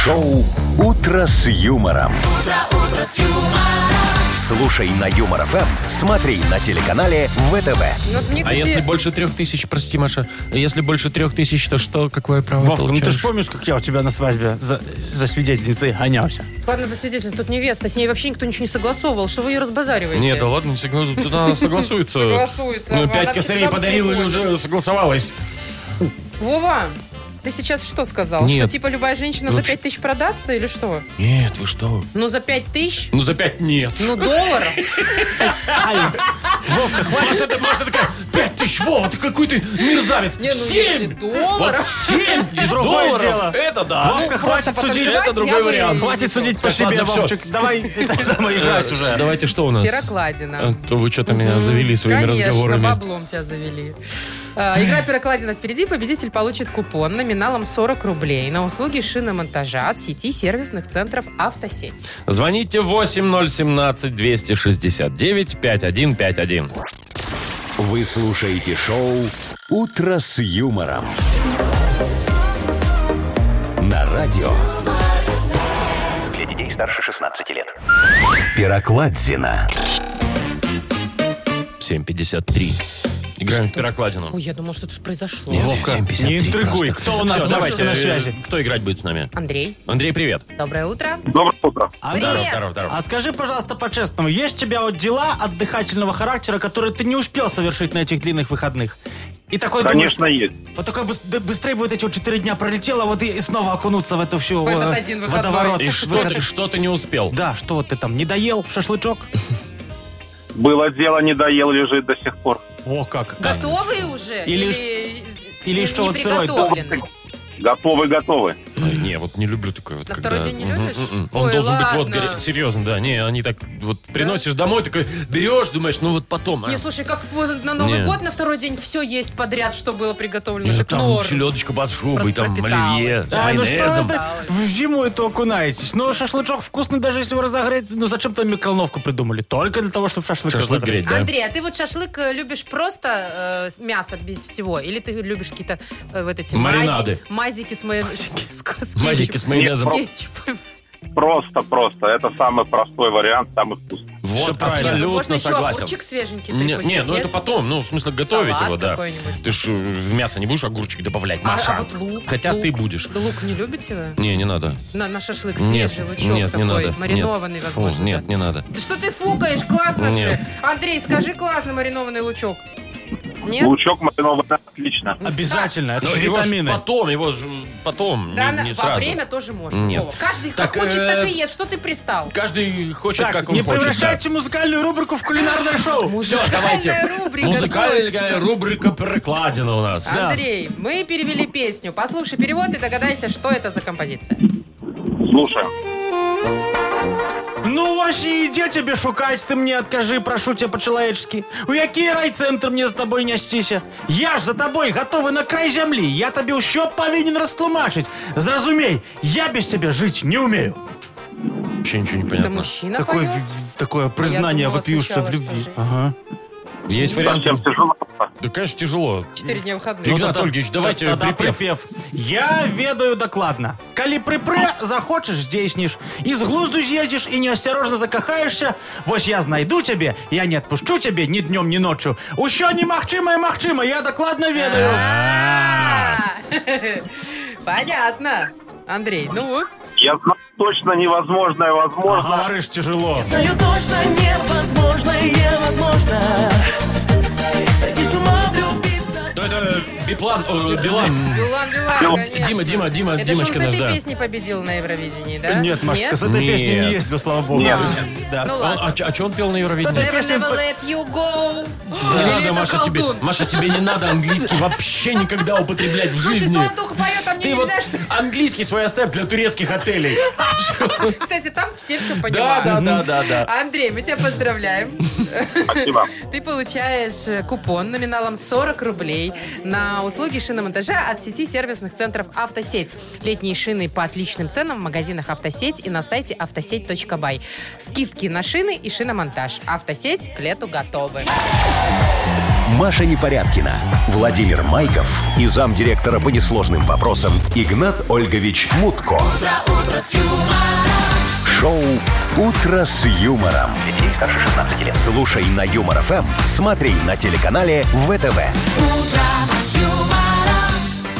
Speaker 1: Шоу «Утро с юмором». Слушай на Юмор ФМ, смотри на телеканале ВТВ.
Speaker 4: Ну, вот мне,
Speaker 2: А
Speaker 4: кстати,
Speaker 2: если больше трех тысяч, прости, Маша, если больше трех тысяч, то что, какое право
Speaker 3: Вовка, ну ты
Speaker 2: получаешь?
Speaker 3: же помнишь, как я у тебя на свадьбе за, за свидетельницей гонялся?
Speaker 4: ладно, за свидетельство, тут невеста, с ней вообще никто ничего не согласовывал, что вы ее разбазариваете?
Speaker 2: Не, да ладно, сигна- тут она согласуется.
Speaker 4: Согласуется.
Speaker 2: Ну,
Speaker 4: Она
Speaker 2: пять
Speaker 4: вообще
Speaker 2: косарей
Speaker 4: сам
Speaker 2: подарила и
Speaker 4: приходит.
Speaker 2: уже согласовалась.
Speaker 4: Вова, ты сейчас что сказал?
Speaker 2: Нет.
Speaker 4: Что, типа, любая женщина за
Speaker 2: Вообще-
Speaker 4: пять тысяч продастся или что?
Speaker 2: Нет, вы что?
Speaker 4: Ну, за пять тысяч?
Speaker 2: Ну, за пять нет.
Speaker 4: Ну, долларов?
Speaker 2: Маша, ты- Маша такая, пять тысяч, Вова, ты какой ты мерзавец.
Speaker 4: Не, ну, если
Speaker 2: Семь! Вот
Speaker 4: долларов...
Speaker 2: семь и
Speaker 3: Другое
Speaker 2: долларов.
Speaker 3: дело.
Speaker 2: Это да.
Speaker 3: Вовка, А?
Speaker 4: просто
Speaker 3: хватит судить.
Speaker 4: потанцевать
Speaker 2: Это другой
Speaker 4: я бы-
Speaker 2: вариант.
Speaker 3: Хватит судить по
Speaker 2: Так,
Speaker 3: себе,
Speaker 2: ладно, всё.
Speaker 3: Вовчик. Давай это самое играть
Speaker 2: Э,
Speaker 3: уже.
Speaker 2: Давайте, что у нас?
Speaker 4: Пирокладина.
Speaker 2: А, то Вы что-то меня
Speaker 4: Мгм.
Speaker 2: завели своими
Speaker 4: Конечно,
Speaker 2: разговорами.
Speaker 4: баблом тебя завели. А, Игра «Пирокладина» впереди. Победитель получит купон номиналом 40 рублей на услуги шиномонтажа от сети сервисных центров «Автосеть».
Speaker 2: Звоните 8017-269-5151.
Speaker 1: Вы слушаете шоу «Утро с юмором». На радио
Speaker 5: Для детей старше 16 лет.
Speaker 1: Пирокладзина.
Speaker 2: 753. Играем в пирокладину.
Speaker 4: Ой, я думал, что-то произошло.
Speaker 2: Нет,
Speaker 3: Вовка,
Speaker 2: 7.53
Speaker 3: не интригуй.
Speaker 2: просто.
Speaker 3: Кто у нас?
Speaker 2: Всё,
Speaker 3: Давайте, на
Speaker 2: э,
Speaker 3: связи.
Speaker 2: Кто играть будет с нами?
Speaker 4: Андрей,
Speaker 2: Андрей, привет.
Speaker 4: доброе утро.
Speaker 6: Доброе утро.
Speaker 3: Андрей,
Speaker 4: Привет.
Speaker 2: Здорово, здорово.
Speaker 3: А скажи, пожалуйста, по-честному, есть у тебя вот дела отдыхательного характера, которые ты не успел совершить на этих длинных выходных? И такой
Speaker 6: Конечно, есть.
Speaker 3: думаешь, вот такой быс- да быстрее вот эти вот четыре дня пролетело, вот и, и снова окунуться в эту всю
Speaker 4: В этот
Speaker 3: э,
Speaker 4: один выходной.
Speaker 3: водоворот.
Speaker 2: И что
Speaker 3: Выход-
Speaker 2: ты, что ты не успел?
Speaker 3: Да, что ты там, не доел шашлычок?
Speaker 6: Было дело, не доел, лежит до сих пор.
Speaker 3: О, как.
Speaker 4: Готовы уже?
Speaker 3: Или- или
Speaker 4: не-
Speaker 3: что
Speaker 4: не
Speaker 3: вот сырой?
Speaker 4: приготовлены?
Speaker 6: Готовы, готовы.
Speaker 2: Ой, Не, вот не люблю такое. Вот,
Speaker 4: На
Speaker 2: когда-
Speaker 4: второй день не
Speaker 2: Мгм,
Speaker 4: любишь?
Speaker 2: мгм. Он
Speaker 4: Ой,
Speaker 2: должен быть вот
Speaker 4: ладно.
Speaker 2: горе- серьезно, да. Не, они так вот приносишь домой, такой берешь, думаешь, ну вот потом. а.
Speaker 4: Не, слушай, как поздно на Новый
Speaker 2: Не.
Speaker 4: год, на второй день все есть подряд, что было приготовлено.
Speaker 2: Ну,
Speaker 4: так
Speaker 2: там
Speaker 4: норм.
Speaker 2: селедочка под шубой, там
Speaker 4: Пропиталась.
Speaker 2: оливье с
Speaker 3: Ай, ну что
Speaker 2: майонезом.
Speaker 3: вы в зиму эту окунаетесь? Ну, шашлычок вкусный, даже если его разогреть. Ну, зачем там микроволновку придумали? Только для того, чтобы шашлык,
Speaker 2: Шашлык
Speaker 3: разогреть.
Speaker 2: греть, да.
Speaker 4: Андрей, а ты вот шашлык э, любишь просто э, с- мясо без всего? Или ты любишь какие-то э, вот эти мази-
Speaker 2: Маринады.
Speaker 4: мазики с майонезом?
Speaker 2: Мазики с майонезом.
Speaker 6: Просто, просто. Это самый простой вариант, самый вкусный.
Speaker 2: Вот,
Speaker 3: правильно.
Speaker 4: Можно
Speaker 2: абсолютно
Speaker 4: еще
Speaker 2: согласен.
Speaker 4: огурчик свеженький
Speaker 2: Не,
Speaker 4: прикусить, А,
Speaker 2: не, ну это потом, ну, в смысле, готовить
Speaker 4: Салат
Speaker 2: его, да.
Speaker 4: какой-нибудь.
Speaker 2: Ты ж э, в мясо не будешь огурчик добавлять,
Speaker 4: А-
Speaker 2: Маша.
Speaker 4: А, вот лук.
Speaker 2: Хотя
Speaker 4: лук.
Speaker 2: ты будешь.
Speaker 4: Да Лук не любите вы?
Speaker 2: Не, не надо.
Speaker 4: На, на шашлык
Speaker 2: Нет,
Speaker 4: свежий лучок
Speaker 2: нет,
Speaker 4: такой,
Speaker 2: не надо.
Speaker 4: маринованный,
Speaker 2: нет. Фу,
Speaker 4: возможно. да.
Speaker 2: нет, не надо.
Speaker 4: Да что ты фукаешь? Классно же.
Speaker 2: Нет.
Speaker 4: Андрей, скажи классно маринованный лучок. Нет?
Speaker 6: Лучок маринованный отлично.
Speaker 3: Обязательно, это
Speaker 2: Ну,
Speaker 3: же
Speaker 2: его ж
Speaker 3: витамины.
Speaker 2: потом, его ж потом,
Speaker 4: Да,
Speaker 2: не,
Speaker 4: на-
Speaker 2: не
Speaker 4: во
Speaker 2: сразу.
Speaker 4: время тоже можно.
Speaker 2: Нет.
Speaker 4: Вова. Каждый
Speaker 2: Так,
Speaker 4: как хочет,
Speaker 2: э,
Speaker 4: так и ест. Что ты пристал?
Speaker 2: Каждый хочет,
Speaker 3: Так,
Speaker 2: как он
Speaker 3: не
Speaker 2: хочет.
Speaker 3: превращайте музыкальную рубрику в кулинарное шоу.
Speaker 2: Все, давайте.
Speaker 4: Музыкальная рубрика. А?
Speaker 2: Музыкальная рубрика «Прокладина» у нас.
Speaker 3: Да.
Speaker 4: Андрей, мы перевели песню. Послушай перевод и догадайся, что это за композиция.
Speaker 6: Слушаем.
Speaker 3: Ну, вообще, иди тебе шукать, ты мне откажи, прошу тебя по-человечески. У який райцентр мне за тобой не стіся? Я ж за тобой готовы на край земли, я тебе еще повинен растлумачить. Зразумей, я без тебя жить не умею.
Speaker 2: Вообще ничего не
Speaker 4: Это
Speaker 2: понятно.
Speaker 4: мужчина
Speaker 3: Такое,
Speaker 4: поет?
Speaker 3: в- такое признание
Speaker 4: думала
Speaker 3: вопиющее в
Speaker 4: сначала,
Speaker 3: любви.
Speaker 4: что же.
Speaker 3: Ага.
Speaker 2: Есть варианты.
Speaker 6: Совсем тяжело.
Speaker 2: Да, конечно, тяжело.
Speaker 4: Четыре дня выходных.
Speaker 2: Игнат
Speaker 3: тогда-
Speaker 2: Ольгович, давайте
Speaker 3: тогда
Speaker 2: припев.
Speaker 3: Я ведаю докладно. Коли припре захочешь, здейснишь. Из глузду з'їздиш и неосторожно закахаешься. Вось я знайду тебе, я не отпущу тебе ни днем, ни ночью. Ущо не махчима и махчима, я докладно ведаю.
Speaker 4: А. Понятно. Андрей, ну,
Speaker 6: Я знаю точно невозможное возможно.
Speaker 3: Говоришь тяжело.
Speaker 7: Знаю точно невозможно, невозможно Сойти с ума, влюбиться
Speaker 2: Да, это Биплан, э, Билан.
Speaker 4: Билан, Билан, конечно.
Speaker 2: Дима, Дима, Дима,
Speaker 4: Это же он
Speaker 2: Димочка
Speaker 4: с
Speaker 2: наш, да.
Speaker 4: этой песней победил на Евровидении, да?
Speaker 3: Нет, Машка, с
Speaker 4: Нет?
Speaker 3: этой
Speaker 2: Нет.
Speaker 3: песней не ездил, слава богу.
Speaker 6: Нет.
Speaker 3: Да.
Speaker 4: Ну
Speaker 2: А,
Speaker 4: ладно.
Speaker 2: а, че он пел на Евровидении?
Speaker 3: С этой
Speaker 4: Never,
Speaker 3: песней
Speaker 4: never
Speaker 3: по-
Speaker 4: let you go.
Speaker 2: Не
Speaker 4: Или
Speaker 2: надо,
Speaker 4: это
Speaker 2: Маша, тебе,
Speaker 4: колдун.
Speaker 2: Маша, тебе не надо английский вообще никогда употреблять в
Speaker 4: Слушай,
Speaker 2: жизни.
Speaker 4: Золотуха поет, а мне
Speaker 2: Ты вот
Speaker 4: нельзя, что ли?
Speaker 2: английский свой оставь для турецких отелей.
Speaker 4: Кстати, там все все
Speaker 2: Да,
Speaker 4: понимают.
Speaker 2: да, да, да, да.
Speaker 4: Андрей, мы тебя поздравляем.
Speaker 6: Спасибо.
Speaker 4: Ты получаешь э, купон номиналом 40 рублей на услуги шиномонтажа от сети сервисных центров «Автосеть». Летние шины по отличным ценам в магазинах «Автосеть» и на сайте автосеть.бай. Скидки на шины и шиномонтаж. «Автосеть» к лету готовы.
Speaker 1: Маша Непорядкина, Владимир Майков и замдиректора по несложным вопросам Игнат Ольгович Мутко. Шоу Утро с юмором.
Speaker 5: Детей старше 16 лет.
Speaker 1: Слушай на Юмор ФМ, смотри на телеканале ВТВ.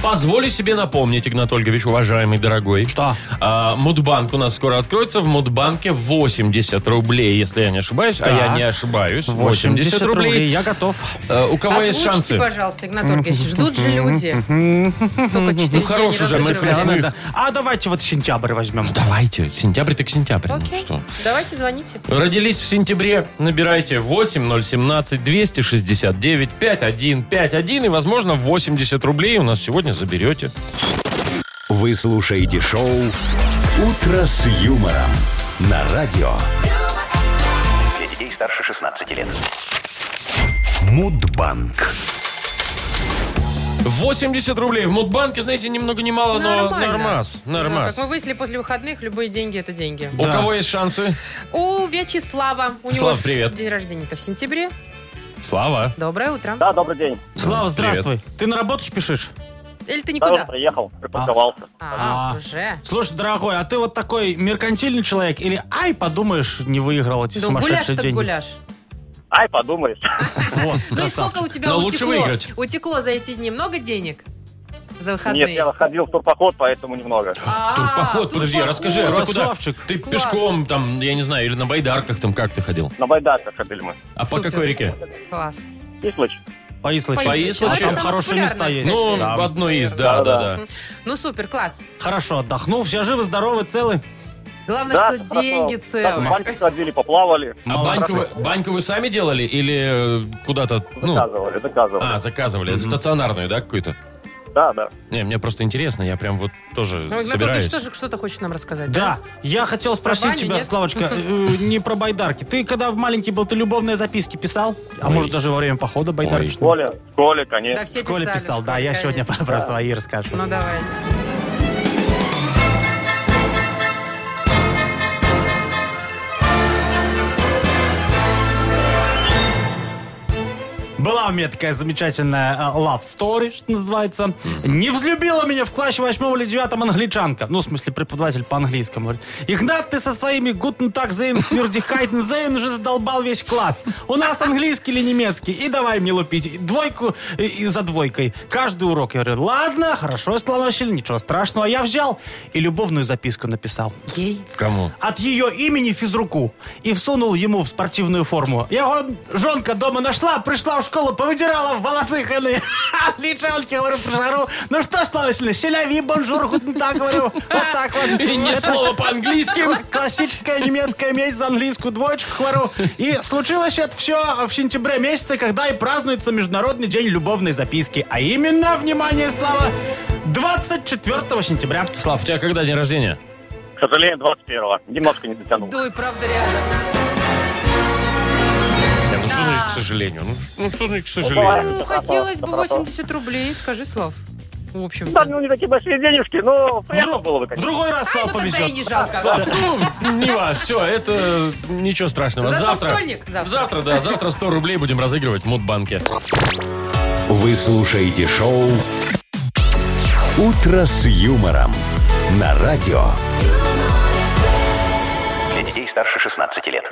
Speaker 2: Позволю себе напомнить, Игнат Ольгович, уважаемый дорогой.
Speaker 3: Что?
Speaker 2: а, Мудбанк у нас скоро откроется. В Мудбанке 80 рублей, если я не ошибаюсь. А
Speaker 3: Так.
Speaker 2: я не ошибаюсь. 80 рублей.
Speaker 3: Я готов.
Speaker 2: А, у кого есть
Speaker 4: Озвучьте,
Speaker 2: шансы?
Speaker 4: пожалуйста, Игнат Ольгович, ждут же люди. Столько четыре дня
Speaker 2: Ну, хорош
Speaker 4: не
Speaker 2: уже, мы
Speaker 4: разыгрывали.
Speaker 2: прям- Ну, их-
Speaker 3: Да. А давайте вот сентябрь возьмем.
Speaker 2: Давайте, сентябрь так сентябрь. ну
Speaker 4: Окей.
Speaker 2: что? Ну,
Speaker 4: Давайте звоните.
Speaker 2: Родились в сентябре, набирайте 8017 269 5151 и, возможно, 80 рублей у нас сегодня заберете.
Speaker 1: Вы слушаете шоу Утро с юмором на радио
Speaker 5: Для детей старше 16 лет.
Speaker 1: Мудбанк.
Speaker 2: 80 рублей в Мудбанке, знаете, ни много ни мало, но
Speaker 4: Ну, Нормально.
Speaker 2: нормас.
Speaker 4: Ну,
Speaker 2: Нормас.
Speaker 4: Как мы выяснили, после выходных любые деньги – это деньги.
Speaker 2: У кого есть шансы?
Speaker 4: У Вячеслава. У него
Speaker 2: Слав,
Speaker 4: ж
Speaker 2: привет.
Speaker 4: день рождения-то в сентябре.
Speaker 2: Слава.
Speaker 4: Доброе утро.
Speaker 8: Да, добрый день.
Speaker 3: Слава,
Speaker 2: Привет.
Speaker 3: здравствуй. Ты на работу спешишь?
Speaker 4: Или ты
Speaker 8: Да,
Speaker 4: никуда?
Speaker 8: вот приехал, припарковался.
Speaker 4: А,
Speaker 3: А.
Speaker 4: уже.
Speaker 3: Слушай, дорогой, а ты вот такой меркантильный человек или ай, подумаешь, не выиграл эти
Speaker 4: Ну, гуляш
Speaker 3: сумасшедшие
Speaker 4: так
Speaker 3: деньги?
Speaker 4: гуляш.
Speaker 8: Ай, подумаешь.
Speaker 3: Вот,
Speaker 4: Ну и
Speaker 3: красавчик.
Speaker 4: сколько у тебя
Speaker 2: Но лучше
Speaker 4: утекло?
Speaker 2: выиграть.
Speaker 4: Утекло за эти дни много денег? За выходные?
Speaker 8: Нет, я ходил в турпоход, поэтому немного.
Speaker 4: А,
Speaker 2: Турпоход, подожди,
Speaker 4: турпоход.
Speaker 2: расскажи, а ты куда?
Speaker 3: Красавчик.
Speaker 2: Ты
Speaker 4: Класс.
Speaker 2: пешком там, я не знаю, или на байдарках там, как ты ходил?
Speaker 8: На байдарках ходили мы.
Speaker 2: А по
Speaker 4: Супер.
Speaker 2: какой реке?
Speaker 4: Класс.
Speaker 8: Кислыч.
Speaker 4: Ну,
Speaker 3: По Ислачу.
Speaker 2: По
Speaker 4: Ислачу.
Speaker 3: А
Speaker 4: Ну, Это
Speaker 3: там
Speaker 4: самое
Speaker 3: хорошие места
Speaker 4: популярное,
Speaker 3: есть.
Speaker 4: кстати.
Speaker 2: Ну,
Speaker 3: Там.
Speaker 2: одно из, да, да,
Speaker 8: Да-да.
Speaker 2: да.
Speaker 4: Ну супер, класс.
Speaker 3: Хорошо отдохнул, все живы, здоровы, целы.
Speaker 4: Главное,
Speaker 8: Да,
Speaker 4: Ну что
Speaker 8: хорошо.
Speaker 4: деньги
Speaker 8: Так,
Speaker 4: целы.
Speaker 8: в баньку сходили, поплавали.
Speaker 2: А баньку вы,
Speaker 8: Заказывали,
Speaker 2: баньку вы сами делали или э, куда-то, ну,
Speaker 8: Заказывали, заказывали.
Speaker 2: а, заказывали, стационарную, да, какую-то?
Speaker 8: Да, да.
Speaker 2: Не, мне просто интересно, я прям вот тоже
Speaker 4: Ну, Игнат Ольгович
Speaker 2: собираюсь.
Speaker 4: тоже что-то хочет нам рассказать,
Speaker 3: Да, я хотел спросить
Speaker 4: баню,
Speaker 3: тебя,
Speaker 4: нет?
Speaker 3: Славочка, э, не про байдарки. Ты когда маленький был, ты любовные записки писал? А
Speaker 2: Ой.
Speaker 3: может даже во время похода
Speaker 2: Ой.
Speaker 3: байдарки?
Speaker 8: В
Speaker 3: что ли?
Speaker 8: школе, в школе,
Speaker 4: Да,
Speaker 8: конечно.
Speaker 4: все
Speaker 3: В школе
Speaker 4: писали,
Speaker 3: писал,
Speaker 4: в
Speaker 3: да, я
Speaker 4: школе,
Speaker 3: сегодня
Speaker 4: конечно.
Speaker 3: про свои расскажу.
Speaker 4: Ну давайте.
Speaker 3: Была у меня такая замечательная э, love story, что называется. Не взлюбила меня в классе восьмом или девятом англичанка. Ну, в смысле, преподаватель по-английскому. Говорит, Игнат, ты со своими гутен так зейн, свердихайтен зейн уже задолбал весь класс. У нас английский или немецкий. И давай мне лупить. Двойку э, и за двойкой. Каждый урок. Я говорю, ладно, хорошо, сломащель, ничего страшного. Я взял и любовную записку написал
Speaker 4: Ей.
Speaker 2: Кому?
Speaker 3: от ее имени физруку и всунул ему в спортивную форму. Я вон, жонка дома нашла, пришла в школу, повыдирала волосы ханы. Личалки, говорю, пожару. Ну что, Славочка, щеляви, бонжур, гутен так, говорю. Вот так вот.
Speaker 2: И ни слова по-английски.
Speaker 3: Кла- Классическая немецкая месть за английскую двоечку, говорю. И случилось это все в сентябре месяце, когда и празднуется Международный день любовной записки. А именно, внимание, Слава, 24 сентября.
Speaker 2: Слав, у тебя когда день рождения?
Speaker 8: К сожалению, 21-го. Немножко не дотянул.
Speaker 4: Ой, правда, рядом.
Speaker 2: Не, ну что
Speaker 4: Да.
Speaker 2: значит, к сожалению? Ну, ш- ну, что значит, к сожалению?
Speaker 4: Ну, хотелось бы 80 рублей, скажи слов. в общем-то.
Speaker 8: Да, ну не такие большие денежки, но
Speaker 2: Ну.
Speaker 8: приятно было бы,
Speaker 3: В
Speaker 8: конечно.
Speaker 3: другой раз
Speaker 4: Ай,
Speaker 3: Слава
Speaker 4: ну тогда и не
Speaker 3: повезет.
Speaker 4: жалко.
Speaker 2: Не важно, все, это ничего страшного.
Speaker 4: Зато
Speaker 2: завтра,
Speaker 4: вторник, завтра.
Speaker 2: завтра, да, завтра 100 рублей будем разыгрывать в Мудбанке.
Speaker 1: Вы слушаете шоу «Утро с юмором» на радио.
Speaker 5: Для детей старше 16 лет.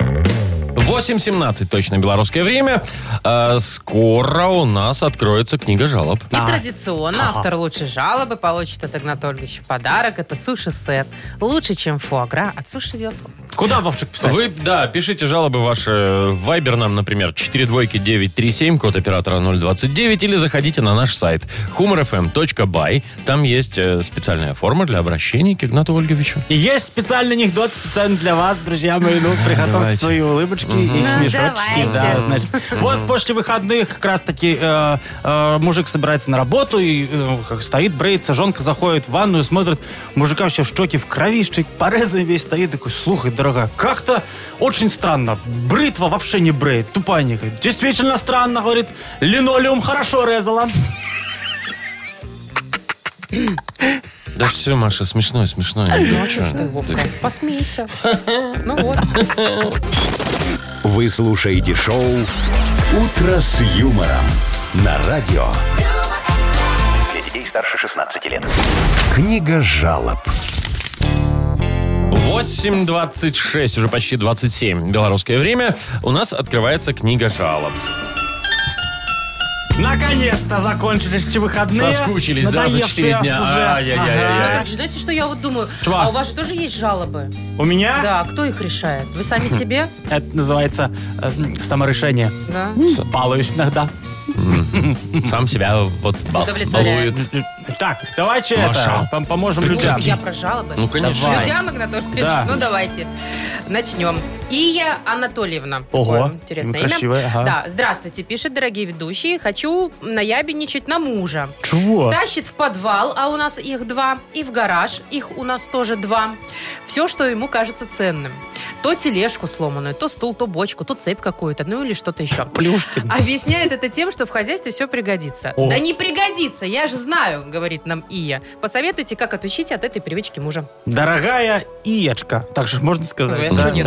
Speaker 2: 8.17 точно белорусское время. Э, Скоро у нас откроется книга жалоб.
Speaker 4: И традиционно автор лучшей жалобы получит от Игната Ольговича подарок. Это суши-сет. Лучше, чем фуагра от суши-весла.
Speaker 3: Куда, Вовчик, писать?
Speaker 2: Вы, да, пишите жалобы ваши в Viber нам, например, 42937, код оператора 029, или заходите на наш сайт humorfm.by. Там есть э, специальная форма для обращения к Игнату Ольговичу.
Speaker 3: И есть специальный анекдот специально для вас, друзья мои. Ну, приготовьте
Speaker 2: Давайте.
Speaker 3: свои улыбочки и
Speaker 4: Ну,
Speaker 3: смешочки. Да,
Speaker 4: давайте.
Speaker 3: значит. Вот после выходных как раз-таки э, э, мужик собирается на работу и э, как стоит, бреется, женка заходит в ванную, смотрит, мужика все в штоке, в кровище, порезанный весь стоит, такой, слухай, дорогая, как-то очень странно. Бритва вообще не бреет, тупая говорит. Действительно странно, говорит, линолеум хорошо резала.
Speaker 2: Да все, Маша, смешное, смешное.
Speaker 4: Ну, а что ж ты, Вовка? Посмейся. Ну вот.
Speaker 1: Вы слушаете шоу «Утро с юмором» на радио.
Speaker 5: Для детей старше 16 лет.
Speaker 1: Книга жалоб.
Speaker 2: 8.26, уже почти 27, белорусское время. У нас открывается книга жалоб.
Speaker 3: Наконец-то закончились эти выходные.
Speaker 2: Соскучились, да, за 4
Speaker 3: Надоевшие
Speaker 2: дня.
Speaker 3: уже.
Speaker 2: Ай-яй-яй-яй-яй.
Speaker 3: Ага.
Speaker 4: Ну, так же, знаете, что я вот думаю?
Speaker 3: Чего?
Speaker 4: А у вас же тоже есть жалобы?
Speaker 3: У меня?
Speaker 4: Да, кто их решает? Вы сами себе?
Speaker 3: Это называется э, м, саморешение.
Speaker 4: Да.
Speaker 3: Балуюсь иногда.
Speaker 2: Сам себя вот ба-
Speaker 4: Удовлетворяет.
Speaker 2: балует.
Speaker 3: Так, давайте
Speaker 2: Маша,
Speaker 3: это, пом- поможем
Speaker 2: ты
Speaker 3: людям.
Speaker 4: Вот я про жалобы.
Speaker 2: Ну, конечно.
Speaker 3: Давай.
Speaker 4: Людям, Игнат Ольгович,
Speaker 3: Да.
Speaker 4: ну давайте. Начнем. Ия Анатольевна.
Speaker 3: Ого,
Speaker 4: Ой, интересное
Speaker 3: ну,
Speaker 4: имя.
Speaker 3: красивое, ага.
Speaker 4: Да, здравствуйте, пишет, дорогие ведущие. Хочу наябедничать на мужа.
Speaker 3: Чего?
Speaker 4: Тащит в подвал, а у нас их два, и в гараж, их у нас тоже два. Все, что ему кажется ценным. То тележку сломанную, то стул, то бочку, то цепь какую-то, ну или что-то еще.
Speaker 3: Плюшкин.
Speaker 4: Объясняет это тем, что в хозяйстве все пригодится.
Speaker 3: О.
Speaker 4: Да не пригодится, я же знаю, говорит нам Ия. Посоветуйте, как отучить от этой привычки мужа.
Speaker 3: Дорогая Иечка. Так же можно
Speaker 4: Ну,
Speaker 3: сказать?
Speaker 4: это нет,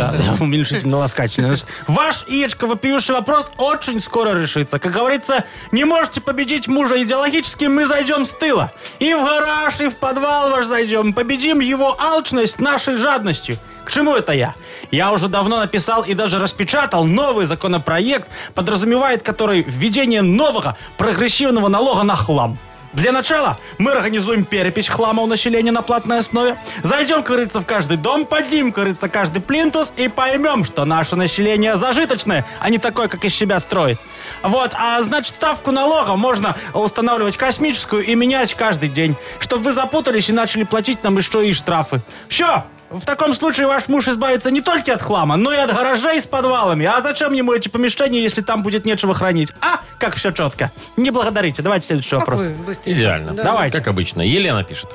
Speaker 4: это-
Speaker 3: Уменьшительно ласкательно. Значит, ваш Иечка вопиющий вопрос очень скоро решится. Как говорится, не можете победить мужа идеологически, мы зайдем с тыла. И в гараж, и в подвал ваш зайдем. Победим его алчность нашей жадностью. К чему это я? Я уже давно написал и даже распечатал новый законопроект, подразумевает который введение нового прогрессивного налога на хлам. Для начала мы организуем перепись хлама у населения на платной основе, зайдем, как говорится, в каждый дом, поднимем, как говорится, каждый плинтус и поймем, что наше население зажиточное, а не такое, как из себя строит. Вот, а значит, ставку налога можно устанавливать космическую и менять каждый день, чтобы вы запутались и начали платить нам еще и штрафы. Все, в таком случае ваш муж избавится не только от хлама, но и от гаражей с подвалами. А зачем ему эти помещения, если там будет нечего хранить? А, как все четко. Не благодарите. Давайте следующий вопрос.
Speaker 4: Как вы быстренько.
Speaker 2: Идеально.
Speaker 4: Да.
Speaker 3: Давайте.
Speaker 2: Как обычно. Елена пишет.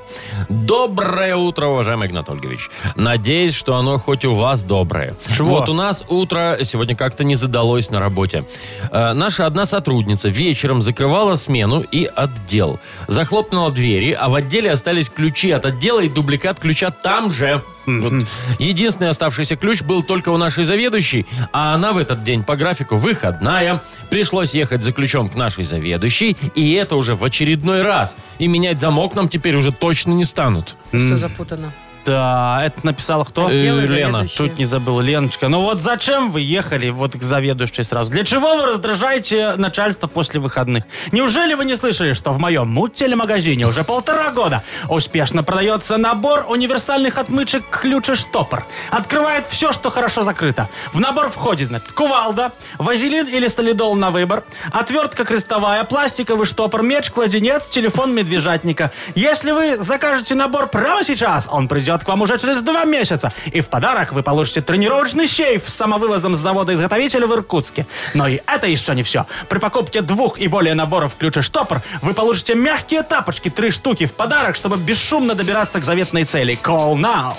Speaker 2: Доброе утро, уважаемый Игнат Ольгович. Надеюсь, что оно хоть у вас доброе.
Speaker 3: Чего?
Speaker 2: Вот у нас утро сегодня как-то не задалось на работе. Э, наша одна сотрудница вечером закрывала смену и отдел. Захлопнула двери, а в отделе остались ключи от отдела и дубликат ключа там же. Вот. Единственный оставшийся ключ был только у нашей заведующей, а она в этот день по графику выходная. Пришлось ехать за ключом к нашей заведующей, и это уже в очередной раз. И менять замок нам теперь уже точно не станут.
Speaker 4: Все запутано.
Speaker 3: Да, это написала кто?
Speaker 4: Э, Делай
Speaker 2: Э, Лена,
Speaker 4: заведующую.
Speaker 3: Чуть не забыл, Леночка. Ну вот зачем вы ехали вот к заведующей сразу? Для чего вы раздражаете начальство после выходных? Неужели вы не слышали, что в моем мут-телемагазине уже полтора года успешно продается набор универсальных отмычек ключ и штопор? Открывает все, что хорошо закрыто. В набор входит значит, кувалда, вазелин или солидол на выбор, отвертка крестовая, пластиковый штопор, меч, кладенец, телефон медвежатника. Если вы закажете набор прямо сейчас, он придет к вам уже через два месяца. И в подарок вы получите тренировочный щейф с самовывозом с завода-изготовителя в Иркутске. Но и это еще не все. При покупке двух и более наборов ключ и штопор вы получите мягкие тапочки, три штуки в подарок, чтобы бесшумно добираться к заветной цели. Call now!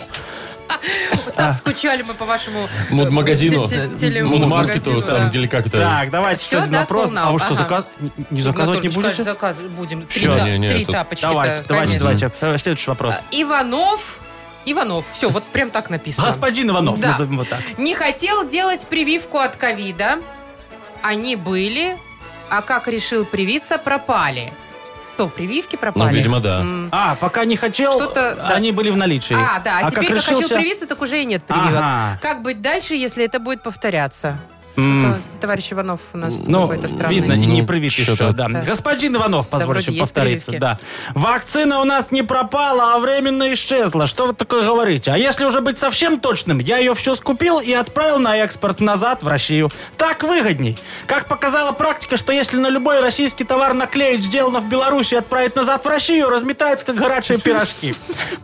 Speaker 4: Вот Так скучали мы по вашему... э,
Speaker 2: А. Мудмагазину.
Speaker 4: те- те- теле-
Speaker 2: Мудмаркету,
Speaker 4: магазину,
Speaker 2: там,
Speaker 4: да.
Speaker 2: или как это?
Speaker 3: Так, давайте
Speaker 4: Всё,
Speaker 3: еще один
Speaker 4: да,
Speaker 3: вопрос.
Speaker 4: полнал,
Speaker 3: А вы что,
Speaker 4: ага.
Speaker 3: зака- не заказывать не
Speaker 4: Игнатольевич, конечно,
Speaker 3: будете?
Speaker 4: заказ будем. Три,
Speaker 2: Всё,
Speaker 4: та-
Speaker 2: не, не,
Speaker 4: три
Speaker 2: тут-
Speaker 4: тапочки.
Speaker 3: Давайте, давайте, давайте. Э, Следующий вопрос.
Speaker 4: А, Иванов. Иванов. Все, вот прям так написано.
Speaker 3: Господин Иванов,
Speaker 4: А, Да.
Speaker 3: назовем его так.
Speaker 4: Не хотел делать прививку от ковида. Они были, а как решил привиться, пропали. То прививки пропали.
Speaker 3: Ну,
Speaker 2: видимо, да.
Speaker 4: М.
Speaker 3: А, пока не хотел,
Speaker 4: Что-то, да.
Speaker 3: они были в наличии.
Speaker 4: А, да, а,
Speaker 3: А
Speaker 4: теперь
Speaker 3: как
Speaker 4: как
Speaker 3: решился?
Speaker 4: хотел привиться, так уже и нет прививок.
Speaker 3: Ага.
Speaker 4: Как быть дальше, если это будет повторяться?
Speaker 3: М.
Speaker 4: То, товарищ Иванов у нас
Speaker 3: Ну,
Speaker 4: какой-то странный.
Speaker 3: видно, не, не
Speaker 2: Ну,
Speaker 3: привит
Speaker 2: чё-то.
Speaker 3: еще, да.
Speaker 4: Да.
Speaker 3: Господин Иванов,
Speaker 4: вроде
Speaker 3: позвольте
Speaker 4: есть
Speaker 3: повториться,
Speaker 4: прививки.
Speaker 3: да. Вакцина у нас не пропала, а временно исчезла. Что вы такое говорите? А если уже быть совсем точным, я ее все скупил и отправил на экспорт назад в Россию. Так выгодней. Как показала практика, что если на любой российский товар наклеить «Сделано в Беларуси» и отправить назад в Россию, разметается как горячие пирожки.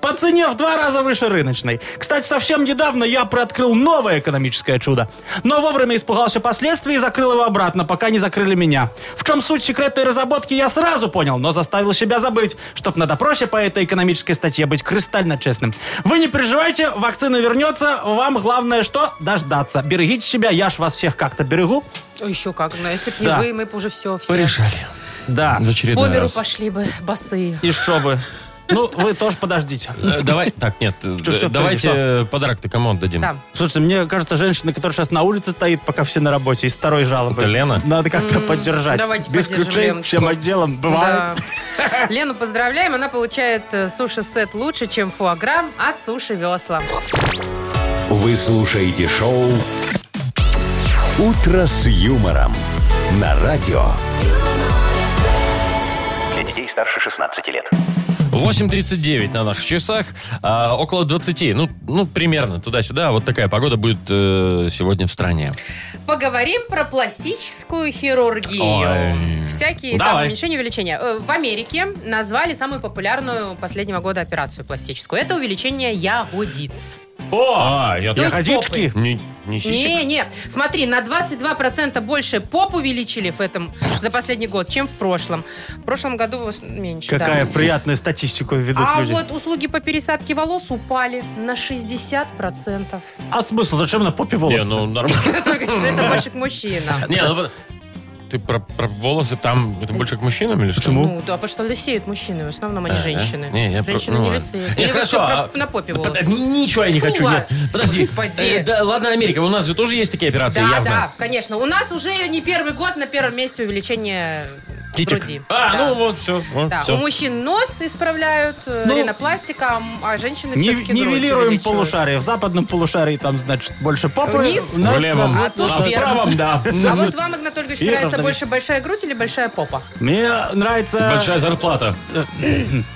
Speaker 3: По цене в два раза выше рыночной. Кстати, совсем недавно я приоткрыл новое экономическое чудо. Но вовремя испугался последствий и закрыл его обратно, пока не закрыли меня. В чем суть секретной разработки, я сразу понял, но заставил себя забыть, чтоб на допросе по этой экономической статье быть кристально честным. Вы не переживайте, вакцина вернется, вам главное что? Дождаться. Берегите себя, я ж вас всех как-то берегу.
Speaker 4: Еще как, но если бы не
Speaker 3: Да.
Speaker 4: вы, мы бы уже все, все.
Speaker 2: Порешали.
Speaker 3: Да.
Speaker 2: А, В
Speaker 4: По
Speaker 2: очередной
Speaker 4: миру
Speaker 2: раз.
Speaker 4: пошли бы босые.
Speaker 3: И что вы? Ну, вы тоже подождите.
Speaker 2: Э, Давай, так, нет, э,
Speaker 3: Что, что,
Speaker 2: давайте
Speaker 3: впереди,
Speaker 2: э, подарок-то кому отдадим?
Speaker 4: Да.
Speaker 3: Слушайте, мне кажется, женщина, которая сейчас на улице стоит, пока все на работе, из второй жалобы.
Speaker 2: Это Лена?
Speaker 3: Надо как-то поддержать.
Speaker 4: давайте
Speaker 3: Без
Speaker 4: поддержим
Speaker 3: ключей
Speaker 4: Леночку.
Speaker 3: всем отделом
Speaker 2: Ну,
Speaker 3: бывает.
Speaker 4: Да. Лену поздравляем. Она получает э, суши-сет лучше, чем фуагра от Суши Весла.
Speaker 1: Вы слушаете шоу «Утро с юмором» на радио.
Speaker 5: Для детей старше 16 лет.
Speaker 2: 8.39 на наших часах, а, около 20, ну, ну, примерно туда-сюда. Вот такая погода будет э, сегодня в стране.
Speaker 4: Поговорим про пластическую хирургию.
Speaker 2: Ой. Ну,
Speaker 4: Всякие там
Speaker 2: Давай.
Speaker 4: уменьшения, увеличения. Э, В Америке назвали самую популярную последнего года операцию пластическую. Это увеличение ягодиц.
Speaker 2: О, А, я
Speaker 4: То
Speaker 2: тут...
Speaker 4: есть
Speaker 3: Ягодички?
Speaker 2: Не, не сисек.
Speaker 4: Не-не, смотри, на 22% больше поп увеличили в этом за последний год, чем в прошлом. В прошлом году вос- меньше. да.
Speaker 3: Какая приятная статистику ведут
Speaker 4: А
Speaker 3: люди.
Speaker 4: вот услуги по пересадке волос упали на 60%.
Speaker 3: А смысл? Зачем на попе волосы?
Speaker 2: Не, ну, нормально.
Speaker 4: Это только что это больше к мужчинам.
Speaker 2: Не, ну, вот- ты про, про волосы там, это больше к мужчинам или что?
Speaker 4: Ну, да, потому что лысеют мужчины, в основном они
Speaker 2: А, а?
Speaker 4: женщины.
Speaker 2: Не, я про-
Speaker 4: женщины
Speaker 2: ну
Speaker 4: не
Speaker 2: ладно.
Speaker 4: лысеют.
Speaker 2: Не,
Speaker 4: Или вы
Speaker 2: хорошо,
Speaker 4: всё про-
Speaker 2: а-
Speaker 4: на попе
Speaker 2: Под-
Speaker 4: волосы.
Speaker 2: Ничего я не хочу,
Speaker 4: Ну
Speaker 2: нет.
Speaker 4: ладно.
Speaker 2: Подожди.
Speaker 4: Господи.
Speaker 2: Э, да, ладно, Америка, у нас же тоже есть такие операции,
Speaker 4: Да,
Speaker 2: явно.
Speaker 4: да, конечно. У нас уже не первый год на первом месте увеличение
Speaker 2: Титик.
Speaker 4: груди.
Speaker 2: А,
Speaker 4: Да.
Speaker 2: ну вот, все.
Speaker 4: Да, у мужчин нос исправляют, э,
Speaker 3: Ну,
Speaker 4: ринопластика, а м- а женщины
Speaker 3: Ни-
Speaker 4: все-таки
Speaker 3: нивелируем полушарие. В западном полушарии там, значит, больше попы.
Speaker 4: Вниз?
Speaker 3: У нас,
Speaker 2: В левом.
Speaker 3: да,
Speaker 4: А тут
Speaker 2: в
Speaker 4: вверх.
Speaker 2: правом, да.
Speaker 4: А вот
Speaker 2: ну,
Speaker 4: вам, Игнатольевич,
Speaker 3: И
Speaker 4: нравится
Speaker 3: раздавить.
Speaker 4: больше большая грудь или большая попа?
Speaker 3: Мне нравится...
Speaker 2: Большая зарплата.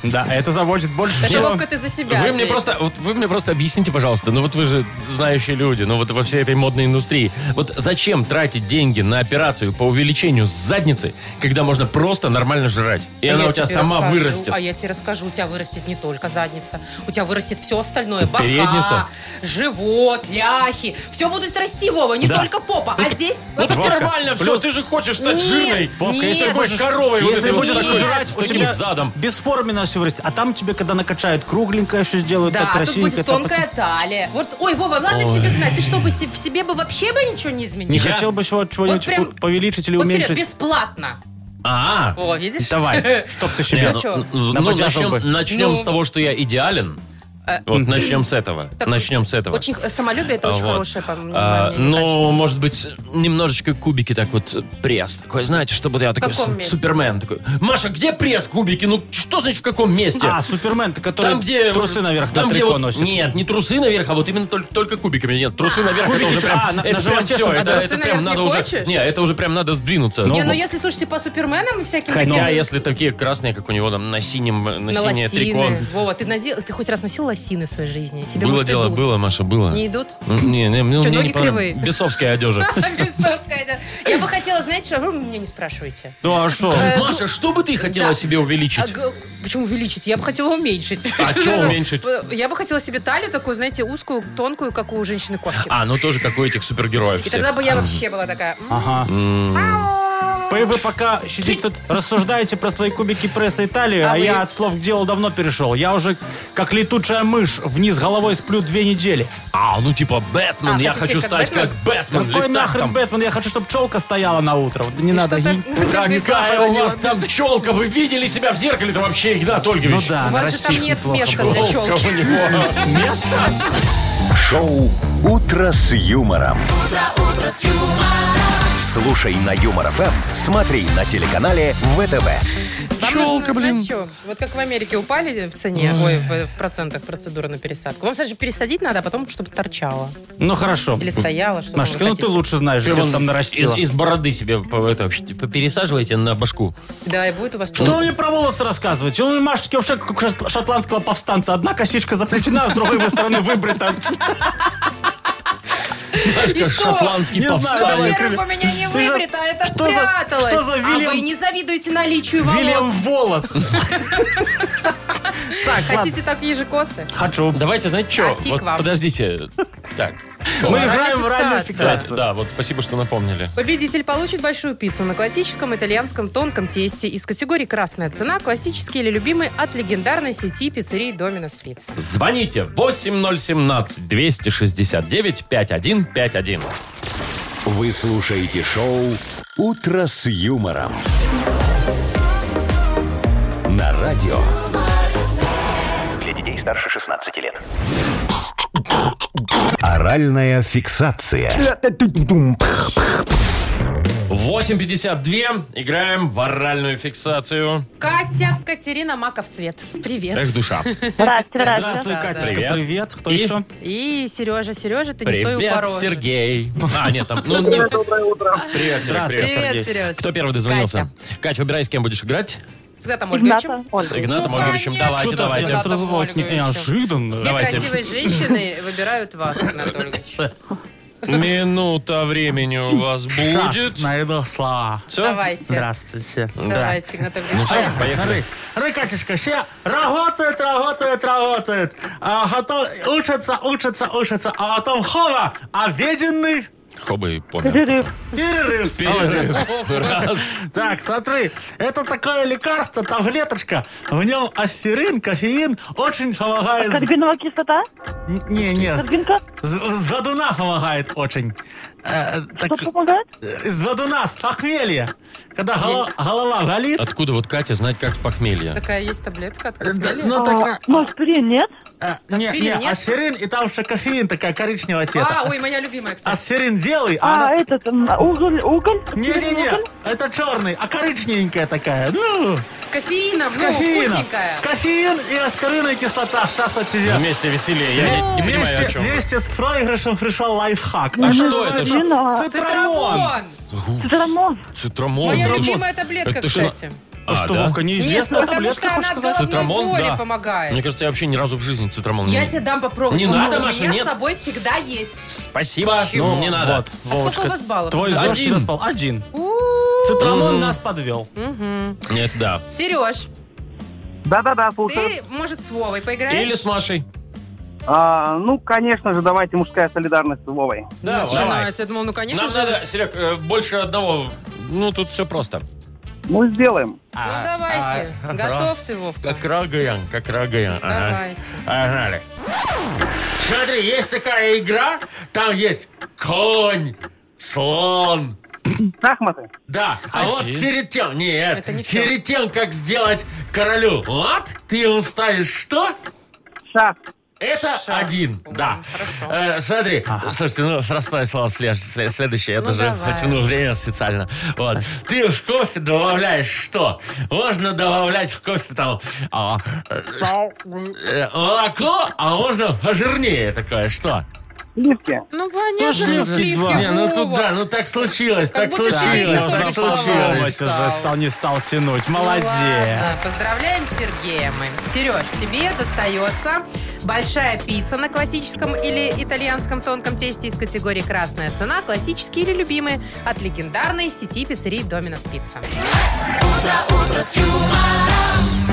Speaker 3: Да, это заводит больше
Speaker 4: Это,
Speaker 3: всего.
Speaker 4: Вовка, ты за себя.
Speaker 2: Вы мне
Speaker 4: ответь.
Speaker 2: просто, вот вы мне просто объясните, пожалуйста, ну вот вы же знающие люди, ну вот во всей этой модной индустрии, вот зачем тратить деньги на операцию по увеличению задницы, когда можно просто нормально жрать, и
Speaker 4: А
Speaker 2: она
Speaker 4: я
Speaker 2: у тебя
Speaker 4: тебе
Speaker 2: сама
Speaker 4: расскажу,
Speaker 2: вырастет.
Speaker 4: А я тебе расскажу, у тебя вырастет не только задница, у тебя вырастет все остальное. Бока,
Speaker 2: Передница?
Speaker 4: живот, ляхи. Все будет расти, Вова, не
Speaker 3: Да.
Speaker 4: только попа. А здесь...
Speaker 2: Ну так
Speaker 3: Вовка,
Speaker 2: нормально все, ты же хочешь стать
Speaker 4: Нет,
Speaker 2: жирной.
Speaker 4: Вовка,
Speaker 2: если
Speaker 4: если
Speaker 2: такой
Speaker 4: хочешь-
Speaker 2: коровой, вот
Speaker 3: Если
Speaker 2: этой вот
Speaker 3: будешь
Speaker 2: такой
Speaker 3: жрать,
Speaker 2: с
Speaker 3: у
Speaker 2: таким
Speaker 3: тебя
Speaker 2: задом.
Speaker 3: бесформенно все вырастет. А там тебе, когда накачают кругленькое, все сделают
Speaker 4: Да, а
Speaker 3: так
Speaker 4: тут
Speaker 3: красивенько.
Speaker 4: будет
Speaker 3: там
Speaker 4: тонкая талия. Вот, ой, Вова, ладно тебе гнать. Ты что, бы се- в себе бы вообще бы ничего не изменил?
Speaker 3: Не
Speaker 2: Я-
Speaker 3: хотел бы чего- чего-нибудь
Speaker 4: прям-
Speaker 3: у- повеличить или
Speaker 4: Вот серьезно,
Speaker 3: уменьшить?
Speaker 4: бесплатно.
Speaker 2: А,
Speaker 4: О, видишь?
Speaker 3: Давай, чтоб ты
Speaker 2: не,
Speaker 3: себе...
Speaker 4: чё?
Speaker 2: ну, ну,
Speaker 3: Напотяжил бы.
Speaker 2: начнем, начнем
Speaker 4: Ну. Э.
Speaker 2: с того, что я идеален. Вот начнем с этого.
Speaker 4: Так,
Speaker 2: начнем с этого.
Speaker 4: Очень х- самолюбие это очень
Speaker 2: Вот.
Speaker 4: хорошее, по моему
Speaker 2: А,
Speaker 4: мнению, качество.
Speaker 2: ну, может быть, немножечко кубики так вот э, пресс. Такой, знаете, чтобы я такой
Speaker 4: каком
Speaker 2: су-
Speaker 4: месте?
Speaker 2: супермен такой. Маша, где пресс кубики? Ну, что значит в каком месте?
Speaker 3: А, Супермен, который
Speaker 2: там, где...
Speaker 3: трусы наверх
Speaker 2: там,
Speaker 3: на
Speaker 2: где
Speaker 3: трико
Speaker 2: вот-
Speaker 3: носит.
Speaker 2: Нет, не трусы наверх, а вот именно только, только кубиками. Нет, трусы наверх,
Speaker 3: Кубики
Speaker 2: это уже
Speaker 3: чё?
Speaker 2: прям...
Speaker 3: А,
Speaker 2: это
Speaker 3: на- на
Speaker 2: прям
Speaker 3: животе,
Speaker 2: все,
Speaker 3: чтобы-
Speaker 2: это,
Speaker 4: А
Speaker 2: это
Speaker 4: трусы
Speaker 2: прям
Speaker 4: наверх
Speaker 2: надо
Speaker 4: не
Speaker 2: уже...
Speaker 4: хочешь?
Speaker 2: Не, это уже прям надо сдвинуться.
Speaker 4: Не,
Speaker 2: Ну,
Speaker 4: ну если слушайте по суперменам и всяким
Speaker 2: Хотя,
Speaker 4: таким-
Speaker 2: если такие красные, как у него там на синем, э, на,
Speaker 4: на
Speaker 2: синее
Speaker 4: лосины.
Speaker 2: трико.
Speaker 4: Вова, ты, надел, ты хоть раз носил лосины в своей жизни? Тебе
Speaker 2: было
Speaker 4: может,
Speaker 2: дело,
Speaker 4: идут?
Speaker 2: было, Маша, было.
Speaker 4: Не идут?
Speaker 2: М, Не, не, мне
Speaker 4: Чё,
Speaker 2: мне не понравилось.
Speaker 4: ноги кривые?
Speaker 2: Бесовская одежа.
Speaker 4: Бесовская, да. Я бы хотела, знаете, что вы меня не спрашиваете.
Speaker 3: Ну а что?
Speaker 2: Маша, что бы ты хотела
Speaker 4: Э, ну, да.
Speaker 2: себе увеличить?
Speaker 4: А г- почему увеличить? Я бы хотела уменьшить.
Speaker 2: А чё уменьшить?
Speaker 4: Я бы хотела себе талию такую, знаете, узкую, тонкую, как у женщины-кошки.
Speaker 2: А, ну тоже как у этих супергероев
Speaker 4: И
Speaker 2: всех.
Speaker 4: тогда бы я вообще была такая... м,
Speaker 3: Ага. П, Вы пока сидите тут, рассуждаете про свои кубики пресса Италии, а,
Speaker 4: А вы?
Speaker 3: я от слов к делу давно перешел. Я уже, как летучая мышь, вниз головой сплю две недели.
Speaker 2: А, ну типа Бэтмен,
Speaker 4: А,
Speaker 2: я
Speaker 4: хотите
Speaker 2: хочу стать
Speaker 4: как Бэтмен?
Speaker 2: как Бэтмен.
Speaker 3: Ну, Какой
Speaker 2: летать
Speaker 3: нахрен
Speaker 2: там.
Speaker 3: Бэтмен? Я хочу, чтобы челка стояла на утро. Вот Не надо...
Speaker 4: что-то-
Speaker 3: ни-
Speaker 4: Там не
Speaker 2: А Какая
Speaker 4: сахара,
Speaker 2: у вас
Speaker 4: ладно.
Speaker 2: там челка? Вы видели себя в зеркале-то вообще, Игнат Ольгович?
Speaker 3: Ну да,
Speaker 4: У
Speaker 3: на
Speaker 4: вас же там
Speaker 3: России
Speaker 4: нет
Speaker 3: неплохо
Speaker 4: места
Speaker 3: было.
Speaker 4: для
Speaker 2: Челка у
Speaker 4: челки.
Speaker 2: него.
Speaker 3: Место?
Speaker 1: Шоу «Утро с юмором». Слушай на Юмор ФМ, смотри на телеканале ВТВ.
Speaker 4: Вам
Speaker 2: Челка,
Speaker 4: нужно
Speaker 2: блин.
Speaker 4: знать чё? Вот как в Америке упали в цене, ой, в, в процентах процедуры на пересадку. Вам, же пересадить надо, а потом, чтобы торчало.
Speaker 3: Ну хорошо.
Speaker 4: Или стояло, что
Speaker 3: Машечка, ну ты лучше знаешь,
Speaker 2: Ты
Speaker 3: где
Speaker 2: вон
Speaker 3: там нарастила.
Speaker 2: Из, из бороды себе по- это, типа, пересаживаете на башку.
Speaker 4: Да, и будет у вас...
Speaker 3: Что вы мне про волосы рассказываете? Он Машечке вообще как шот- шотландского повстанца. Одна косичка заплетена, а с другой стороны а выбрита.
Speaker 2: Знаешь, как
Speaker 4: что?
Speaker 2: шотландский
Speaker 3: Не знаю,
Speaker 2: повстанец.
Speaker 3: давай.
Speaker 4: Первым у меня не
Speaker 3: Ты же-
Speaker 4: выбрито, а это
Speaker 3: что за-
Speaker 4: спряталось.
Speaker 3: что за
Speaker 4: А
Speaker 3: Вильям-
Speaker 4: вы не завидуете наличию
Speaker 3: Вильям
Speaker 4: волос.
Speaker 3: волос. Так, ладно.
Speaker 4: Хотите такие же косы?
Speaker 3: Хочу.
Speaker 2: Давайте, знаете что?
Speaker 4: А фиг
Speaker 2: Вот
Speaker 4: вам.
Speaker 2: подождите. Так. что?
Speaker 3: Мы играем в ральную
Speaker 4: Радиофиксация.
Speaker 2: Кстати,
Speaker 3: фиксацию.
Speaker 2: да, вот спасибо, что напомнили.
Speaker 4: Победитель получит большую пиццу на классическом итальянском тонком тесте из категории «Красная цена», классический или любимый от легендарной сети пиццерий «Доминос Пицца».
Speaker 2: Звоните 8017-269-5151.
Speaker 1: Вы слушаете шоу «Утро с юмором». На радио
Speaker 5: Для детей старше 16 лет.
Speaker 1: «Оральная фиксация».
Speaker 2: 8.52. Играем в оральную фиксацию.
Speaker 4: Катя Катерина Маков цвет. Привет.
Speaker 2: Эх, душа.
Speaker 9: Здравствуйте, здравствуйте.
Speaker 3: Здравствуй,
Speaker 4: Да,
Speaker 3: Катюшка.
Speaker 2: да.
Speaker 3: Привет. Кто
Speaker 2: И?
Speaker 3: еще?
Speaker 4: И Сережа, Сережа, ты не стой у
Speaker 2: Привет,
Speaker 4: порожи.
Speaker 2: Сергей. А, нет, там... Ну, не-
Speaker 8: Доброе утро.
Speaker 2: Привет, Серег,
Speaker 3: Здравствуй.
Speaker 2: привет.
Speaker 4: Привет,
Speaker 3: Сергей.
Speaker 4: Сереж.
Speaker 2: Кто первый дозвонился? Кать, выбирай, с кем будешь играть.
Speaker 4: С Игнатом
Speaker 9: Игната,
Speaker 4: Ольговичем.
Speaker 2: С
Speaker 9: Ольга.
Speaker 2: Игнатом
Speaker 4: Ну,
Speaker 2: Ольговичем.
Speaker 4: конечно,
Speaker 2: Давайте,
Speaker 4: с
Speaker 2: давайте.
Speaker 4: Игнатом.
Speaker 3: Неожиданно.
Speaker 4: Все
Speaker 2: Давайте.
Speaker 4: красивые женщины выбирают вас, Игнат Ольгович.
Speaker 2: Минута времени у вас будет.
Speaker 3: Шанс найду слова.
Speaker 2: Все?
Speaker 4: Давайте.
Speaker 3: Здравствуйте.
Speaker 4: Давайте, Игнат
Speaker 2: Ну
Speaker 4: Ольгович.
Speaker 2: все, поехали.
Speaker 3: Смотри, смотри, Катюшка, все работает, работает, работает. А потом учатся, учатся, учатся. А потом хова, обеденный
Speaker 2: Хоба и помер.
Speaker 9: Перерыв.
Speaker 3: перерыв.
Speaker 2: Раз.
Speaker 3: Так, смотри, это такое лекарство, таблеточка. В нем аферин, кофеин очень помогает. Н-
Speaker 9: Карбиновая кислота?
Speaker 3: Не, не, с-
Speaker 9: Карбинка?
Speaker 3: с водуна помогает очень. Э, так,
Speaker 9: Что помогает?
Speaker 3: э, С водуна, с похмелья. Когда голо- голова болит.
Speaker 2: Откуда вот Катя знать, как с похмелья?
Speaker 4: Такая есть таблетка от
Speaker 3: э, да,
Speaker 4: кофе.
Speaker 3: Ну,
Speaker 9: А,
Speaker 3: так,
Speaker 9: Ну, аспирин, нет?
Speaker 3: э, не,
Speaker 4: аспирин
Speaker 3: не,
Speaker 4: нет?
Speaker 3: асферин, и там еще кофеин такая коричневого
Speaker 4: А,
Speaker 3: цвета.
Speaker 4: ой, моя любимая, кстати.
Speaker 3: Асферин белый, а...
Speaker 9: А, этот, м, уголь, уголь?
Speaker 3: Не-не-не,
Speaker 9: Аспирин,
Speaker 3: это черный, а коричневенькая такая. Ну,
Speaker 4: С кофеином,
Speaker 3: с
Speaker 4: ну,
Speaker 3: кофеином.
Speaker 4: вкусненькая.
Speaker 3: Кофеин и аскоринная кислота. Сейчас от тебя. Ну,
Speaker 2: Вместе веселее. Я не- не понимаю, о
Speaker 3: Вместе,
Speaker 2: чем. вы.
Speaker 3: вместе с проигрышем пришел лайфхак.
Speaker 2: А
Speaker 9: уголь?
Speaker 2: что это?
Speaker 9: Блин, а,
Speaker 3: Цитрамон!
Speaker 4: Цитрамон!
Speaker 9: Цитрамон.
Speaker 2: Цитрамон.
Speaker 4: Моя
Speaker 2: Цитрамон.
Speaker 4: любимая таблетка,
Speaker 2: Это что?
Speaker 4: кстати.
Speaker 2: А, да?
Speaker 4: Нет, ну, потому что она от головной
Speaker 2: Цитрамон, да.
Speaker 4: боли
Speaker 2: Мне
Speaker 4: помогает.
Speaker 2: кажется, я вообще ни разу в жизни цитрамон не...
Speaker 4: Я тебе дам попробовать.
Speaker 2: Не
Speaker 4: Он
Speaker 2: надо,
Speaker 4: у меня
Speaker 2: Маша, нет.
Speaker 4: с собой всегда есть.
Speaker 2: Спасибо,
Speaker 4: Чего?
Speaker 2: но не надо.
Speaker 3: Вот,
Speaker 4: А сколько у
Speaker 3: Вовочка,
Speaker 4: вас баллов?
Speaker 3: твой ЗОЖ
Speaker 2: Один.
Speaker 3: тебя спал. Один. Цитрамон нас подвел.
Speaker 2: Нет, да.
Speaker 4: Сереж,
Speaker 8: Да-да-да, слушаю.
Speaker 4: ты, может, с Вовой поиграешь?
Speaker 2: Или с Машей.
Speaker 8: А, ну, конечно же, давайте мужская солидарность с Вовой.
Speaker 2: Да, давай.
Speaker 4: Начинается. Я думал, ну, конечно
Speaker 2: Нам
Speaker 4: же.
Speaker 2: надо, Серег, э, больше одного. Ну, тут все просто.
Speaker 8: Ну, сделаем.
Speaker 4: Ну, давайте. Готов ты, Вовка?
Speaker 2: А, Как Рагаян, как Рагаян.
Speaker 4: Давайте.
Speaker 2: Погнали. Смотри, есть такая игра, там есть конь, слон.
Speaker 8: Шахматы.
Speaker 2: Да, а вот перед тем, нет,
Speaker 4: Это не всё.
Speaker 2: перед тем, как сделать королю лад, ты ему ставишь что?
Speaker 8: Шах.
Speaker 2: Это
Speaker 4: Шаг. Угу.
Speaker 2: один,
Speaker 4: Ладно,
Speaker 2: да.
Speaker 4: хорошо.
Speaker 2: Э, смотри, слушайте, ну, простое слово след- след- следующее, это
Speaker 4: Ну,
Speaker 2: же
Speaker 4: давай.
Speaker 2: потянул время специально. Вот. Ты в кофе добавляешь что? Можно добавлять в кофе там а, э, э, молоко, а можно пожирнее такое, что?
Speaker 8: Сливки.
Speaker 4: Ну, понятно, что сливки.
Speaker 2: Не, ну тут
Speaker 4: Вова.
Speaker 2: да, ну так случилось, так
Speaker 4: Как будто тебе
Speaker 2: случилось,
Speaker 4: Игорь
Speaker 2: так
Speaker 4: Стольник сломал.
Speaker 2: случилось.
Speaker 3: Вовочка же стал, не стал тянуть. Молодец.
Speaker 4: Ну Ладно, поздравляем Сергея мы. Сереж, тебе достается большая пицца на классическом или итальянском тонком тесте из категории «Красная цена», классические или любимые, от легендарной сети пиццерий «Доминос Пицца».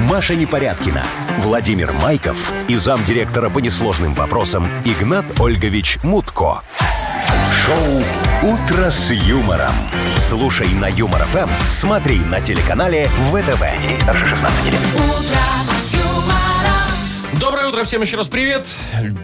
Speaker 1: Маша Непорядкина, Владимир Майков и замдиректора по несложным вопросам Игнат Ольгович Мутко. Шоу «Утро с юмором». Слушай на Юмор ФМ, смотри на телеканале ВТВ. Ей старше 16 лет.
Speaker 2: Доброе утро, всем еще раз привет.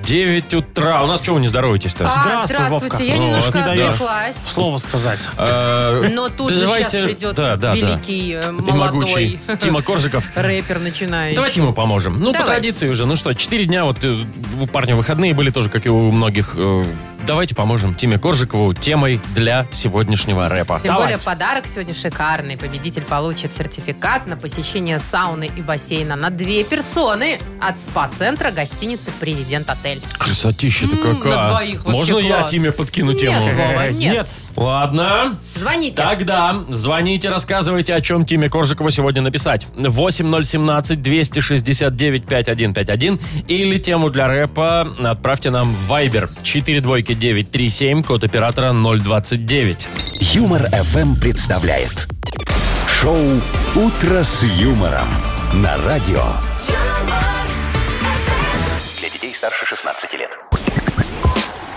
Speaker 2: 9 утра. У нас чего вы не здороваетесь-то?
Speaker 4: А,
Speaker 3: Здравствуй,
Speaker 4: здравствуйте,
Speaker 3: Вовка.
Speaker 4: я
Speaker 2: Вот,
Speaker 4: немножко
Speaker 2: не даешь.
Speaker 4: отвлеклась.
Speaker 3: Слово сказать.
Speaker 2: Э,
Speaker 4: Но тут же
Speaker 2: давайте-
Speaker 4: сейчас придет
Speaker 2: да, да, да.
Speaker 4: великий, э,
Speaker 2: И могучий
Speaker 4: молодой
Speaker 2: Тима Коржиков.
Speaker 4: рэпер начинающий.
Speaker 2: Давайте ему поможем. Ну, по
Speaker 4: Давайте.
Speaker 2: традиции уже. Ну что, 4 дня, вот э, у парня выходные были тоже, как и у многих. Э, Давайте поможем Тиме Коржикову темой для сегодняшнего рэпа.
Speaker 4: Тем
Speaker 3: Давайте.
Speaker 4: более подарок сегодня шикарный. Победитель получит сертификат на посещение сауны и бассейна на две персоны от спа-центра гостиницы «Президент Отель».
Speaker 2: Красотища-то
Speaker 4: М,
Speaker 2: какая.
Speaker 4: на двоих вообще
Speaker 2: Можно я
Speaker 4: класс.
Speaker 2: Тиме подкину
Speaker 4: Нет,
Speaker 2: тему?
Speaker 3: Э,
Speaker 2: Э,
Speaker 4: Вова, нет.
Speaker 2: Ладно.
Speaker 4: Звоните.
Speaker 2: Тогда звоните, рассказывайте, о чем Тиме Коржикову сегодня написать. 8017-269-5151 или тему для рэпа отправьте нам в Viber 42937, код оператора 029.
Speaker 1: Юмор ФМ представляет. Шоу «Утро с юмором» на радио.
Speaker 5: Для детей старше 16 лет.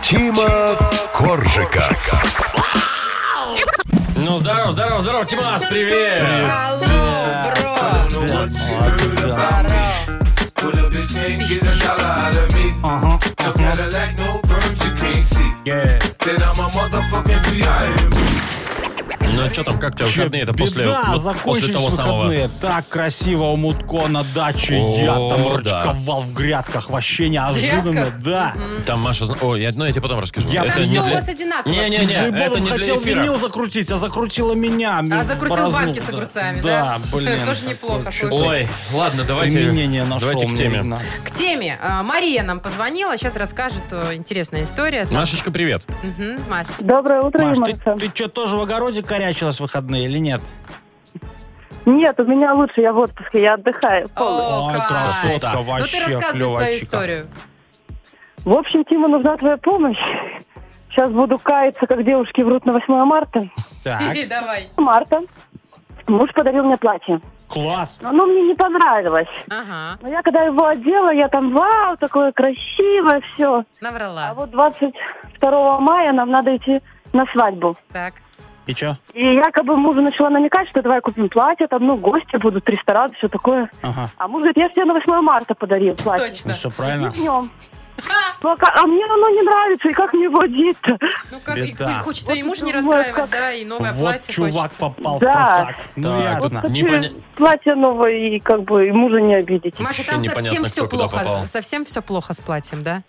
Speaker 1: Тима Коржика.
Speaker 2: Ну, здорово, здорово, здорово, Тимас, привет!
Speaker 4: Алло, бро. Ну, что там, как у тебя выходные это после,
Speaker 3: Беда,
Speaker 2: вот после
Speaker 3: закончились
Speaker 2: того самого?
Speaker 3: выходные. Так красиво у Мутко на даче.
Speaker 2: О,
Speaker 3: я там
Speaker 2: да.
Speaker 3: рычковал в грядках. Вообще неожиданно,
Speaker 4: грядках?
Speaker 3: да.
Speaker 2: Там Маша... зна- Ой, я- ну, я тебе потом расскажу.
Speaker 3: Я-
Speaker 4: Там
Speaker 2: не
Speaker 4: все у
Speaker 2: для-
Speaker 4: вас одинаково.
Speaker 2: Не-не-не,
Speaker 4: абсолютно.
Speaker 3: Диджей
Speaker 2: это
Speaker 3: Бобом
Speaker 2: не для
Speaker 3: хотел
Speaker 2: эфира.
Speaker 3: винил закрутить, а закрутила меня.
Speaker 4: А закрутил
Speaker 3: Борозну.
Speaker 4: банки с огурцами, да?
Speaker 3: Да, блин.
Speaker 4: Тоже неплохо,
Speaker 3: Чё-
Speaker 4: слушай.
Speaker 2: Ой, ладно, давайте,
Speaker 3: Применение нашел.
Speaker 2: давайте к теме.
Speaker 3: наверное.
Speaker 4: К теме. А, Мария нам позвонила, сейчас расскажет э, интересная история.
Speaker 2: Машечка, привет.
Speaker 4: Мгм, Маш, Ну,
Speaker 9: Доброе утро,
Speaker 3: Маш, ты,
Speaker 9: юморцы.
Speaker 3: ты что, тоже в огороде корячилась в выходные или нет?
Speaker 9: Нет, у меня лучше, я в отпуске, я отдыхаю. полностью.
Speaker 4: О,
Speaker 3: Ой,
Speaker 4: кайф.
Speaker 3: красотка,
Speaker 4: Ну
Speaker 3: вообще
Speaker 4: ты рассказывай
Speaker 3: клёвая
Speaker 4: свою
Speaker 3: чика.
Speaker 4: историю.
Speaker 2: А.
Speaker 9: В общем, Тима, нужна твоя помощь. Сейчас буду каяться, как девушки врут на 8 марта.
Speaker 3: Так,
Speaker 4: Давай.
Speaker 9: Марта. Муж подарил мне платье.
Speaker 3: класс.
Speaker 9: Но оно мне не понравилось.
Speaker 4: Ага,
Speaker 9: Но я когда его одела, я там, вау, такое красивое все. А
Speaker 4: наврала.
Speaker 9: вот 22 мая нам надо идти на свадьбу.
Speaker 4: Так.
Speaker 3: И что?
Speaker 9: И якобы мужу начала намекать, что давай купим платье, там, ну, гости будут, ресторан, все такое.
Speaker 3: Ага.
Speaker 9: А муж говорит, я же тебе на 8 марта подарил платье.
Speaker 4: Точно.
Speaker 3: все правильно.
Speaker 9: Днем. Ну, а ка- а мне оно не нравится, и как мне его одеть-то?
Speaker 4: Ну как, и,
Speaker 3: Беда.
Speaker 4: и хочется и муж не
Speaker 9: Вот думаю,
Speaker 4: расстраивать,
Speaker 9: как-
Speaker 4: да, и новое
Speaker 3: Вот
Speaker 4: платье
Speaker 3: чувак
Speaker 4: хочется.
Speaker 3: попал
Speaker 9: Да.
Speaker 3: в просак. Ну,
Speaker 2: Так.
Speaker 3: ясно.
Speaker 9: Хочу
Speaker 2: Не поня-
Speaker 9: Платье новое, и как бы и мужа не обидеть.
Speaker 4: Маша,
Speaker 2: Вообще
Speaker 4: там
Speaker 2: непонятно,
Speaker 4: совсем
Speaker 2: кто
Speaker 4: все
Speaker 2: куда
Speaker 4: плохо.
Speaker 2: попал.
Speaker 4: Совсем все плохо с платьем, да?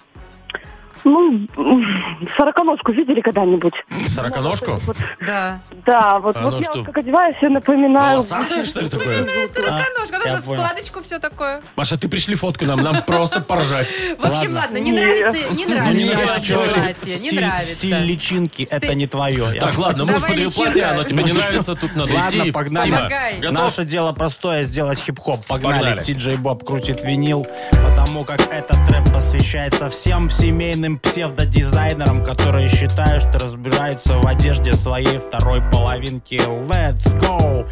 Speaker 9: Ну, м, сороконожку видели когда-нибудь?
Speaker 2: Сороконожку?
Speaker 4: Да.
Speaker 9: Да, вот,
Speaker 2: А
Speaker 9: вот
Speaker 2: ну
Speaker 9: я
Speaker 2: что?
Speaker 9: вот как одеваюсь и напоминаю.
Speaker 2: Волосатое, что ли, такое?
Speaker 4: Сороконожка,
Speaker 3: А, я
Speaker 4: даже в
Speaker 3: понял.
Speaker 4: складочку все такое.
Speaker 2: Маша, ты пришли фотку нам, нам просто поржать.
Speaker 4: В общем,
Speaker 3: Ладно.
Speaker 4: ладно, не
Speaker 9: Не.
Speaker 4: нравится, не нравится
Speaker 2: нравится
Speaker 4: ваше
Speaker 2: человеку.
Speaker 4: платье, не
Speaker 3: Стиль- Стиль
Speaker 4: нравится.
Speaker 3: личинки, это
Speaker 4: Ты-
Speaker 3: не твое.
Speaker 2: Так, ладно, муж
Speaker 4: Давай
Speaker 2: подарил
Speaker 4: личинка.
Speaker 2: платье, а оно тебе не нравится, тут надо
Speaker 3: Ладно,
Speaker 2: идти.
Speaker 3: погнали.
Speaker 2: Тима,
Speaker 4: Помогай.
Speaker 2: готов?
Speaker 3: Наше дело простое сделать хип-хоп. Погнали.
Speaker 2: Погнали.
Speaker 3: Ти Джей Боб крутит винил, потому как этот трэп посвящается всем семейным псевдодизайнерам, которые считают, что разбираются в одежде своей второй половинки. Let's go!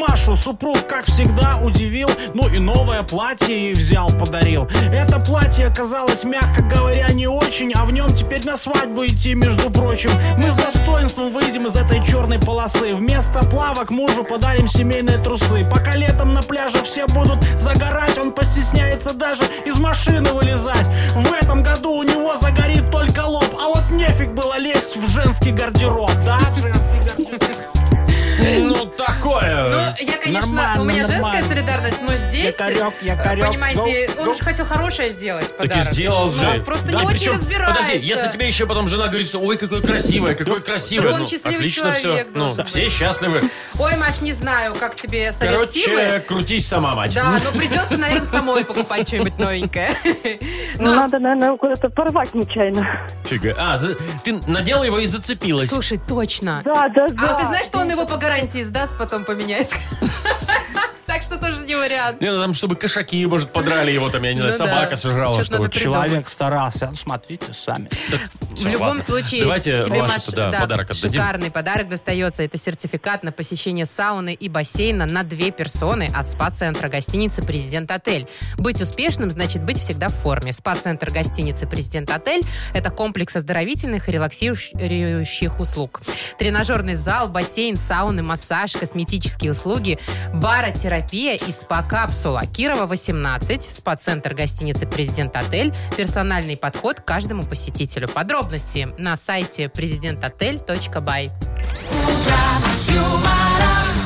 Speaker 3: Машу супруг, как всегда, удивил, ну и новое платье ей взял, подарил. Это платье оказалось, мягко говоря, не очень, а в нем теперь на свадьбу идти, между прочим. Мы с достоинством выйдем из этой черной полосы. Вместо плавок мужу подарим семейные трусы. Пока летом на пляже все будут загорать, он постесняется даже из машины вылезать. В этом году у него загорит только лоб, а вот нефиг было лезть в женский гардероб, да? Женский гардероб.
Speaker 2: Ну, такое.
Speaker 4: Ну, я, конечно,
Speaker 3: Нормально,
Speaker 4: у меня женская
Speaker 3: нормально.
Speaker 4: солидарность, но здесь, э,
Speaker 3: Якорек, якорек.
Speaker 4: понимаете,
Speaker 3: Гоу,
Speaker 4: он
Speaker 3: гоу.
Speaker 4: же хотел хорошее сделать
Speaker 2: Так и
Speaker 4: подарок.
Speaker 2: сделал же.
Speaker 4: Ну, просто
Speaker 2: Да,
Speaker 4: не
Speaker 2: и
Speaker 4: очень
Speaker 2: причем,
Speaker 4: разбирается.
Speaker 2: Подожди, если тебе еще потом жена говорит, что ой, какое красивое, какое красивое.
Speaker 4: Так он
Speaker 2: ну,
Speaker 4: счастливый
Speaker 2: отлично все.
Speaker 4: человек
Speaker 2: Ну,
Speaker 4: должен быть.
Speaker 2: все счастливы.
Speaker 4: Ой, Маш, не знаю, как тебе совет
Speaker 2: Короче,
Speaker 3: э,
Speaker 4: силы.
Speaker 2: крутись сама, мать.
Speaker 4: Да, но придется, наверное, самой покупать что-нибудь новенькое.
Speaker 9: Ну,
Speaker 4: Ну, а-
Speaker 9: надо, наверное, куда-то порвать нечаянно.
Speaker 2: Фига. А, за- ты надела его и зацепилась.
Speaker 4: Слушай, точно.
Speaker 9: Да, да, да.
Speaker 4: А ты знаешь, что он его по гарантии сдаст, потом поменяет? так что тоже не вариант.
Speaker 2: Не, ну там, чтобы кошаки, может, подрали его, там, я не знаю,
Speaker 4: Ну да.
Speaker 2: собака сожрала,
Speaker 4: Чё-то
Speaker 2: чтобы...
Speaker 4: надо придумать.
Speaker 3: Человек старался. Ну, Смотрите сами.
Speaker 4: В
Speaker 2: Всё,
Speaker 4: любом
Speaker 2: ладно.
Speaker 4: случае,
Speaker 2: Давайте
Speaker 4: тебе,
Speaker 2: Маше
Speaker 4: Маш,
Speaker 2: туда
Speaker 4: да,
Speaker 2: подарок отдадим.
Speaker 4: шикарный подарок достается. Это сертификат на посещение сауны и бассейна на две персоны от спа-центра гостиницы «Президент Отель». Быть успешным значит быть всегда в форме. Спа-центр гостиницы «Президент Отель» — это комплекс оздоровительных и релаксирующих услуг. Тренажерный зал, бассейн, сауны, массаж, косметические услуги, баротерапия и спа-капсула. Кирова, 18, спа-центр гостиницы «Президент Отель». Персональный подход к каждому посетителю. Подробности на сайте президентотель.бай.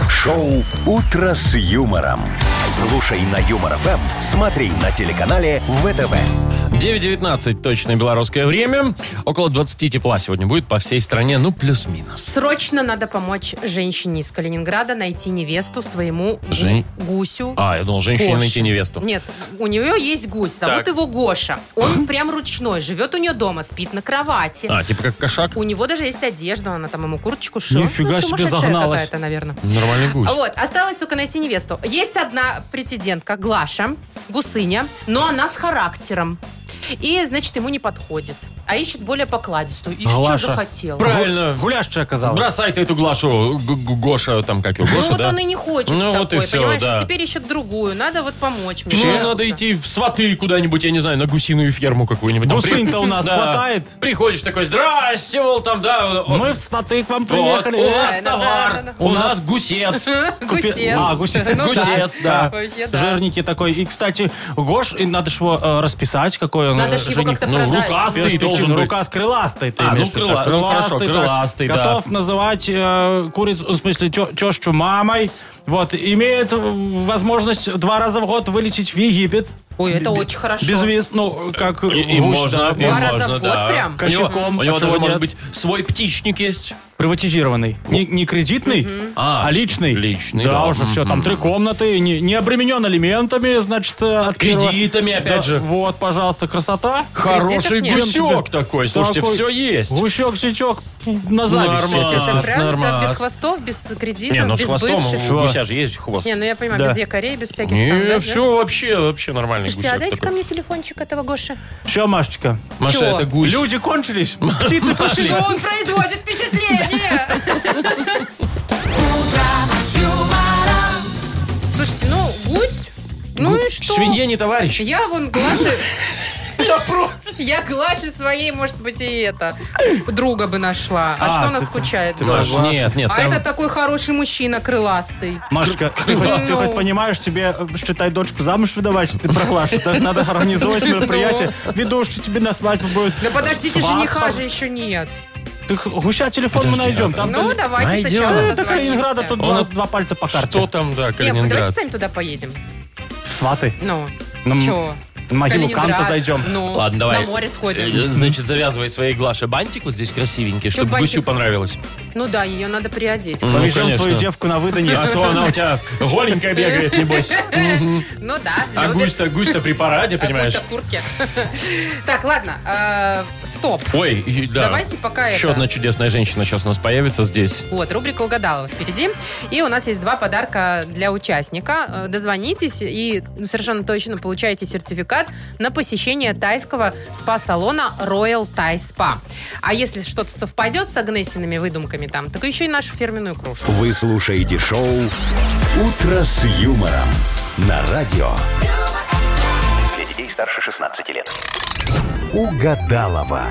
Speaker 1: Шоу «Утро с юмором». Слушай на Юмор ФМ, смотри на телеканале ВТВ.
Speaker 2: 9.19, точное белорусское время. Около 20 тепла сегодня будет по всей стране, ну, плюс-минус.
Speaker 4: Срочно надо помочь женщине из Калининграда найти невесту своему гу-
Speaker 2: Жень-
Speaker 4: гусю.
Speaker 2: А, я думал, женщине
Speaker 4: Гоше.
Speaker 2: найти невесту.
Speaker 4: Нет, у нее есть гусь, зовут
Speaker 2: Так.
Speaker 4: его Гоша. Он прям ручной, живет у нее дома, спит на кровати.
Speaker 2: А, типа как кошак?
Speaker 4: У него даже есть одежда, она там ему курточку шила. Ну,
Speaker 3: Нифига себе
Speaker 4: сумасшедшая
Speaker 3: загналась.
Speaker 4: какая-то, наверное.
Speaker 2: Нормальный гусь.
Speaker 4: Вот, осталось только найти невесту. Есть одна претендентка, Глаша, гусыня, но она с характером. И, значит, ему не подходит. А ищет более покладистую. И что
Speaker 3: Глаша.
Speaker 4: захотела?
Speaker 2: Правильно.
Speaker 3: Гуляшчая оказалась.
Speaker 2: Бросай ты эту Глашу, Г- Г- Гоша, там как его,
Speaker 4: Ну
Speaker 2: Гоша,
Speaker 4: вот
Speaker 2: да?
Speaker 4: он и не хочет
Speaker 2: Ну
Speaker 4: с
Speaker 2: вот
Speaker 4: такой,
Speaker 2: и всё,
Speaker 4: понимаешь?
Speaker 2: да.
Speaker 4: И теперь ищет другую. Надо вот помочь мне.
Speaker 2: Ну,
Speaker 4: Гуся.
Speaker 2: надо идти в сваты куда-нибудь, я не знаю, на гусиную ферму какую-нибудь. Там
Speaker 3: Гусынь-то у нас
Speaker 2: Да.
Speaker 3: хватает.
Speaker 2: Приходишь такой, здрасте, мол, там, да. вот,
Speaker 3: Мы в смоты к вам
Speaker 2: вот, у
Speaker 3: приехали.
Speaker 2: вас
Speaker 4: Да, да, да, да,
Speaker 2: товар,
Speaker 4: да.
Speaker 2: у нас гусец.
Speaker 4: Гусец.
Speaker 3: А, гусец.
Speaker 4: Ну
Speaker 2: Гусец, да.
Speaker 4: Вообще, да.
Speaker 3: Жирненький такой. И, кстати, Гош, и надо ж его э, расписать, какой он
Speaker 4: Надо
Speaker 3: э,
Speaker 4: ж его
Speaker 3: жених.
Speaker 4: как-то
Speaker 2: Ну,
Speaker 4: продать.
Speaker 2: лукас. Крыластый
Speaker 3: Перспективный.
Speaker 2: должен быть.
Speaker 3: Рука с крыластой. ты
Speaker 2: А, ну,
Speaker 3: имеешь в виду,
Speaker 2: крыла-
Speaker 3: так,
Speaker 2: ну, хорошо,
Speaker 3: так.
Speaker 2: крыластый, да.
Speaker 3: Готов называть э, курицу, в смысле, тещу мамой. Вот, имеет э, возможность два раза в год вылететь в Египет.
Speaker 4: Ой, это
Speaker 3: Б-
Speaker 4: очень хорошо.
Speaker 3: Без виз, ну, как
Speaker 2: И, и
Speaker 3: гусь,
Speaker 2: можно,
Speaker 3: да,
Speaker 2: и
Speaker 4: Два раза
Speaker 2: можно,
Speaker 4: в год
Speaker 2: да.
Speaker 4: прям?
Speaker 2: У него,
Speaker 3: Кошельком,
Speaker 2: у него
Speaker 3: а
Speaker 2: даже,
Speaker 3: чего
Speaker 2: может
Speaker 3: нет?
Speaker 2: быть, свой птичник есть.
Speaker 3: Приватизированный. Не, не кредитный,
Speaker 2: А,
Speaker 3: а, личный.
Speaker 2: личный,
Speaker 3: Да,
Speaker 2: да.
Speaker 3: уже все, там три комнаты, не, не обременен алиментами, значит, э, от первого-
Speaker 2: Кредитами, опять
Speaker 3: Да,
Speaker 2: же.
Speaker 3: Вот, пожалуйста, красота.
Speaker 2: Хороший
Speaker 4: нет.
Speaker 2: гусек такой. Слушайте,
Speaker 3: Такой
Speaker 2: все есть.
Speaker 3: Гусек, сечок, на зависть.
Speaker 2: Нормас,
Speaker 3: естественно.
Speaker 4: Это прям да,
Speaker 2: нормас.
Speaker 4: без хвостов, без кредитов,
Speaker 2: Не, ну с
Speaker 4: без
Speaker 2: хвостом
Speaker 4: бывших.
Speaker 2: у гуся же есть хвост.
Speaker 4: Не, ну я понимаю,
Speaker 3: Да.
Speaker 4: без якорей, без всяких там. да,
Speaker 2: Не,
Speaker 4: да.
Speaker 2: все вообще, вообще нормальный
Speaker 4: Слушайте, а
Speaker 2: гусек
Speaker 4: дайте ко
Speaker 2: такой.
Speaker 4: мне телефончик этого Гоши.
Speaker 3: Все, Машечка.
Speaker 2: Маша,
Speaker 4: Чего?
Speaker 2: это гусь.
Speaker 3: Люди кончились, птицы пошли.
Speaker 4: он производит впечатление? Слушайте, ну, гусь, ну и что?
Speaker 2: Свинья не товарищ.
Speaker 4: Я вон Глаше... Я Глаше своей, может быть, и это, друга бы нашла. А,
Speaker 3: А,
Speaker 4: что она
Speaker 3: ты-
Speaker 4: скучает?
Speaker 3: ты Маш,
Speaker 2: нет, нет.
Speaker 4: а
Speaker 2: там-
Speaker 4: это такой хороший мужчина, крыластый.
Speaker 3: Машка, ты, хоть, ты
Speaker 4: Ну.
Speaker 3: хоть понимаешь, тебе, э, считай, дочку замуж выдавать, если ты прохлашь. Даже надо организовать
Speaker 2: Ну.
Speaker 3: мероприятие. Ведушки тебе на свадьбу будет.
Speaker 4: Да подождите,
Speaker 3: Свадьба.
Speaker 4: жениха же еще нет.
Speaker 3: Ты х- гуся телефон мы
Speaker 2: а
Speaker 3: найдем. Там
Speaker 4: Ну,
Speaker 3: ты-
Speaker 4: давайте
Speaker 2: найдем.
Speaker 4: сначала
Speaker 3: Э, это Калининграда,
Speaker 4: дозвонимся.
Speaker 3: тут
Speaker 2: Он
Speaker 3: два,
Speaker 2: от-
Speaker 3: два пальца по карте.
Speaker 2: Что там, да,
Speaker 4: Не, давайте
Speaker 2: Калининград?
Speaker 4: сами туда поедем.
Speaker 3: Сваты.
Speaker 4: Ну,
Speaker 3: На м-
Speaker 4: чё?
Speaker 3: на могилу Канта
Speaker 4: Калининград,
Speaker 3: зайдем.
Speaker 4: Ну,
Speaker 2: Ладно, давай.
Speaker 4: на море
Speaker 2: Э,
Speaker 4: сходим.
Speaker 2: Значит, завязывай своей Глаше бантик вот здесь красивенький, чтобы
Speaker 4: бантик?
Speaker 2: гусю понравилось.
Speaker 4: Ну да, ее надо приодеть.
Speaker 2: Ну,
Speaker 3: Повезем
Speaker 2: конечно.
Speaker 3: твою девку на выданье.
Speaker 2: А то она у тебя голенькая бегает, небось.
Speaker 4: Ну да,
Speaker 2: А
Speaker 4: любит.
Speaker 2: гусь-то, гусь-то при параде,
Speaker 4: А
Speaker 2: понимаешь?
Speaker 4: гусь-то в куртке. Так, ладно, э, стоп.
Speaker 2: Ой, и- да.
Speaker 4: Давайте пока
Speaker 2: Еще
Speaker 4: это-
Speaker 2: одна чудесная женщина сейчас у нас появится здесь.
Speaker 4: Вот, рубрика «Угадалова» впереди. И у нас есть два подарка для участника. Э, Дозвонитесь и совершенно точно получаете сертификат на посещение тайского спа-салона Royal Thai Spa. А если что-то совпадет с Агнесиными выдумками там, так еще и нашу фирменную кружку.
Speaker 1: Вы слушаете шоу «Утро с юмором» на радио
Speaker 5: Для детей старше 16 лет.
Speaker 1: «Угадалова».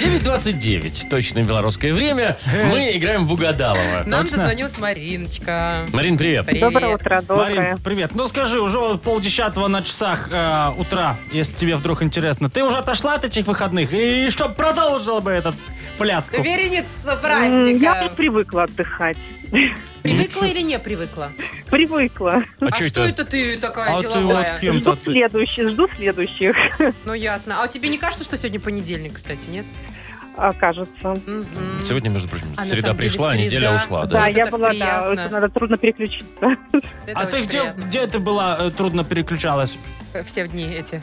Speaker 2: 9.29, точное белорусское время. Мы играем в угадалово.
Speaker 4: Нам дозвонилась Мариночка.
Speaker 2: Марин, привет.
Speaker 4: Привет.
Speaker 9: Доброе утро, доброе.
Speaker 3: Марин, привет. Ну скажи, уже вот полдесятого на часах э, утра, если тебе вдруг интересно, ты уже отошла от этих выходных? И чтоб продолжил бы этот пляску?
Speaker 4: Вереница
Speaker 9: М, Я уже
Speaker 4: праздника.
Speaker 9: привыкла отдыхать.
Speaker 4: Привыкла или не привыкла?
Speaker 9: Привыкла.
Speaker 2: А,
Speaker 4: А,
Speaker 2: чё
Speaker 4: что это ты такая
Speaker 3: А ты
Speaker 4: деловая?
Speaker 3: вот кем-то...
Speaker 9: Жду
Speaker 3: ты-
Speaker 9: следующих, жду следующих,
Speaker 4: Ну ясно. А тебе не кажется, что сегодня понедельник, кстати, нет?
Speaker 9: а, окажется.
Speaker 4: Мгм.
Speaker 2: Сегодня, между прочим,
Speaker 4: А на
Speaker 2: среда
Speaker 4: самом деле
Speaker 2: пришла,
Speaker 4: среда.
Speaker 2: неделя ушла.
Speaker 9: Да,
Speaker 2: Да.
Speaker 4: это
Speaker 9: я
Speaker 4: так
Speaker 9: была,
Speaker 4: приятно.
Speaker 9: да, очень надо трудно переключиться.
Speaker 4: Это
Speaker 3: А
Speaker 4: очень
Speaker 3: ты где,
Speaker 4: приятно.
Speaker 3: где ты была, э, трудно переключалась?
Speaker 4: Все дни эти.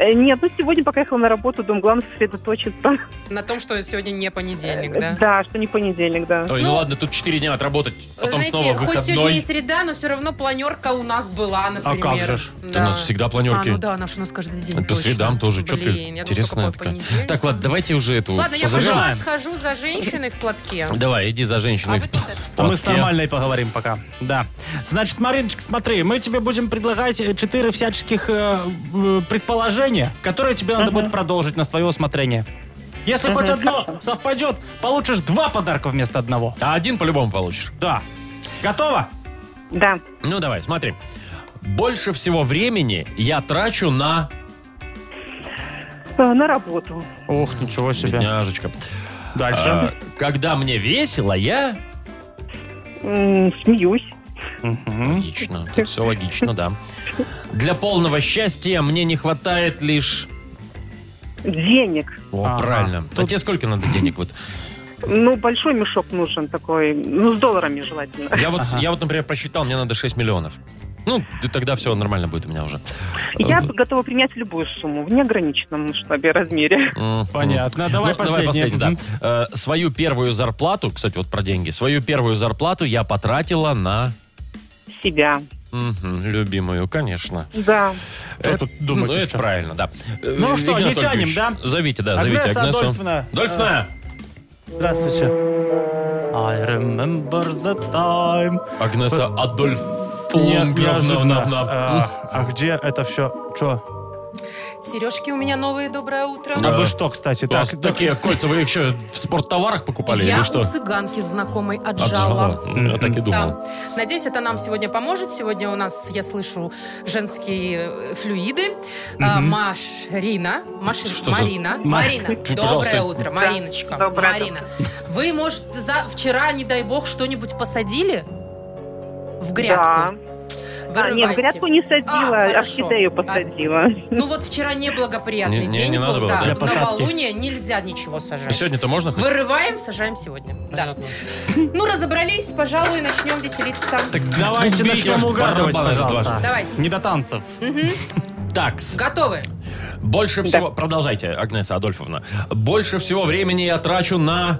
Speaker 9: Э, Нет, ну сегодня, пока ехала на работу, думаю, главное сосредоточиться.
Speaker 4: На том, что сегодня не понедельник,
Speaker 9: Э,
Speaker 4: да?
Speaker 9: Да, что не понедельник, да.
Speaker 2: Ой, ну, ладно, тут 4 дня отработать, а потом
Speaker 4: Знаете,
Speaker 2: снова
Speaker 4: хоть сегодня и
Speaker 2: выходной. А
Speaker 4: среда, но все равно планерка у нас была, например.
Speaker 3: как же ж,
Speaker 2: Да у нас всегда планерки.
Speaker 4: А, ну да, наш у нас каждый день.
Speaker 2: По
Speaker 4: точно.
Speaker 2: средам тоже,
Speaker 4: Блин,
Speaker 2: чё ты
Speaker 4: я думала,
Speaker 2: интересная
Speaker 4: какой
Speaker 2: такая.
Speaker 4: понедельник.
Speaker 2: Так, ладно, давайте уже эту
Speaker 4: Ладно, я
Speaker 2: позовем.
Speaker 4: пошла, схожу за женщиной в платке.
Speaker 2: Давай, иди за женщиной.
Speaker 4: А вы тут это-
Speaker 2: в
Speaker 3: А мы с
Speaker 2: платке.
Speaker 3: нормальной поговорим пока. Да. Значит, Мариночка, смотри, мы тебе будем предлагать э, четыре всяческих э, э, предположения, которые тебе надо будет продолжить на свое усмотрение. Если хоть одно совпадет, получишь два подарка вместо одного.
Speaker 2: А один по-любому получишь.
Speaker 3: Да. Готово?
Speaker 9: Да.
Speaker 2: Ну, давай, смотри. Больше всего времени я трачу на...
Speaker 9: Э, На работу.
Speaker 3: Ух, ничего себе.
Speaker 2: Бедняжечка.
Speaker 3: Дальше.
Speaker 2: А, когда мне весело, я...
Speaker 9: М, Смеюсь.
Speaker 3: Мгм.
Speaker 2: Логично, тут все логично, да. Для полного счастья мне не хватает лишь...
Speaker 9: Денег.
Speaker 2: О,
Speaker 3: Ага.
Speaker 2: правильно. А тебе сколько надо денег? Вот
Speaker 9: Ну, большой мешок нужен такой. Ну, с долларами желательно.
Speaker 2: я вот, я вот, например, посчитал, мне надо 6 миллионов. Ну, и тогда все нормально будет у меня уже. Э,
Speaker 9: Я готова принять любую сумму в неограниченном штабе размере.
Speaker 2: Мгм.
Speaker 3: Понятно. Давай
Speaker 2: Ну, давай
Speaker 3: последний.
Speaker 2: последний, да. Э, свою первую зарплату, кстати, вот про деньги, свою первую зарплату я потратила на
Speaker 9: Себя.
Speaker 2: мгм, любимую, конечно.
Speaker 9: Да.
Speaker 3: Что
Speaker 2: Э,
Speaker 3: тут думать
Speaker 2: ну, это
Speaker 3: еще?
Speaker 2: правильно, да. Э,
Speaker 3: Ну что,
Speaker 2: Игнат
Speaker 3: не тянем,
Speaker 2: Ольгович,
Speaker 3: да?
Speaker 2: Зовите, да, зовите
Speaker 3: Агнеса
Speaker 2: Агнесу.
Speaker 3: Адольфовна. Э,
Speaker 2: Дольфовна!
Speaker 3: Здравствуйте. I remember the time.
Speaker 2: Агнеса Адольф...
Speaker 3: Не- э, неожиданно.
Speaker 2: Фонгровна.
Speaker 3: А, а где это все? Что?
Speaker 4: Сережки у меня новые, доброе утро.
Speaker 2: Да.
Speaker 3: А вы что, кстати?
Speaker 2: У вас
Speaker 3: Так, так-
Speaker 2: такие кольца вы их еще в спорттоварах покупали
Speaker 4: я
Speaker 2: или
Speaker 4: у
Speaker 2: что?
Speaker 4: цыганки знакомой
Speaker 2: Отжала.
Speaker 4: отжала.
Speaker 2: Я так и думал.
Speaker 4: Да. Надеюсь, это нам сегодня поможет. Сегодня у нас, я слышу, женские э, флюиды. А, Машрина. Маш-
Speaker 2: Что за-
Speaker 4: Марина.
Speaker 3: Ма-
Speaker 4: Марина.
Speaker 2: Ты,
Speaker 4: Доброе
Speaker 2: пожалуйста.
Speaker 4: утро, Мариночка.
Speaker 9: доброе
Speaker 4: Марина. Вы, может, за вчера, не дай бог, что-нибудь посадили? В
Speaker 9: Да.
Speaker 4: грядку.
Speaker 9: А, нет, в
Speaker 4: Вырывайте.
Speaker 9: грядку не садила,
Speaker 4: А,
Speaker 9: а,
Speaker 4: хорошо.
Speaker 9: в орхидею посадила.
Speaker 4: Ну вот вчера неблагоприятный
Speaker 2: Не- не-
Speaker 4: день
Speaker 2: не надо
Speaker 4: был,
Speaker 2: было,
Speaker 4: да.
Speaker 2: да?
Speaker 3: Для
Speaker 4: На
Speaker 3: посадки.
Speaker 4: Новолуние нельзя ничего сажать.
Speaker 2: И Сегодня-то можно? хоть?
Speaker 4: Вырываем, сажаем сегодня. Да. Ну, разобрались, пожалуй, начнем веселиться.
Speaker 2: Ну,
Speaker 3: Давайте
Speaker 2: Убейте
Speaker 3: начнем
Speaker 2: ваш
Speaker 3: угадывать,
Speaker 2: барабан этот
Speaker 3: пожалуйста.
Speaker 2: ваш.
Speaker 4: Давайте.
Speaker 3: Не до танцев.
Speaker 2: Ну. Такс.
Speaker 4: Готовы?
Speaker 2: Больше всего... Продолжайте, Агнеса Адольфовна. Больше всего времени я трачу на...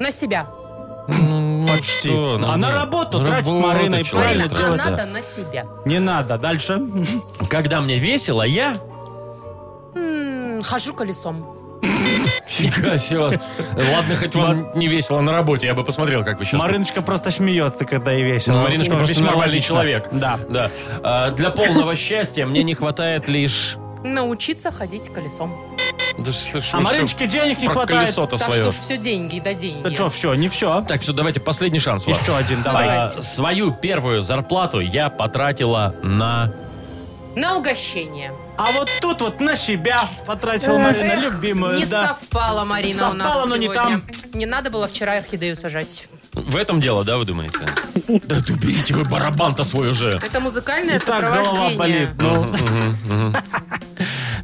Speaker 4: На себя.
Speaker 3: Почти. А на работу тратит Марина, и
Speaker 4: Марина,
Speaker 3: Правильно
Speaker 4: а
Speaker 2: человек,
Speaker 3: делает,
Speaker 4: надо на себя.
Speaker 3: Не надо. Дальше.
Speaker 2: да. Когда мне весело, я...
Speaker 4: М, Хожу колесом.
Speaker 2: Фига себе вас. Ладно, хоть вам не весело на работе, я бы посмотрел, как вы сейчас...
Speaker 3: Мариночка просто смеется, когда ей весело.
Speaker 2: Ну, Мариночка
Speaker 3: Что,
Speaker 2: просто
Speaker 3: весьма
Speaker 2: нормальный
Speaker 3: логично.
Speaker 2: человек.
Speaker 3: Да.
Speaker 2: Да. А, для полного счастья мне не хватает лишь...
Speaker 4: Научиться ходить колесом.
Speaker 2: Да что ж
Speaker 3: А
Speaker 2: вы всё
Speaker 3: Мариночке денег не
Speaker 2: про
Speaker 3: хватает.
Speaker 2: колесо-то
Speaker 4: Да
Speaker 2: свое.
Speaker 4: что ж, все деньги, да деньги.
Speaker 3: Да что, все, не все.
Speaker 2: Так, все, давайте последний шанс у вас.
Speaker 3: Еще один,
Speaker 2: А,
Speaker 3: давай.
Speaker 4: Давайте.
Speaker 2: свою первую зарплату я потратила на...
Speaker 4: На угощение.
Speaker 3: А вот тут вот на себя потратила Марина любимую,
Speaker 4: Э, не
Speaker 3: да.
Speaker 4: совпала Марина у нас
Speaker 3: Совпала, но не
Speaker 4: сегодня.
Speaker 3: там.
Speaker 4: Не надо было вчера орхидею сажать.
Speaker 2: В этом дело, да, вы думаете? Да ты уберите вы барабан-то свой уже.
Speaker 4: Это музыкальное
Speaker 3: И так голова
Speaker 4: сопровождение.
Speaker 3: болит. ну.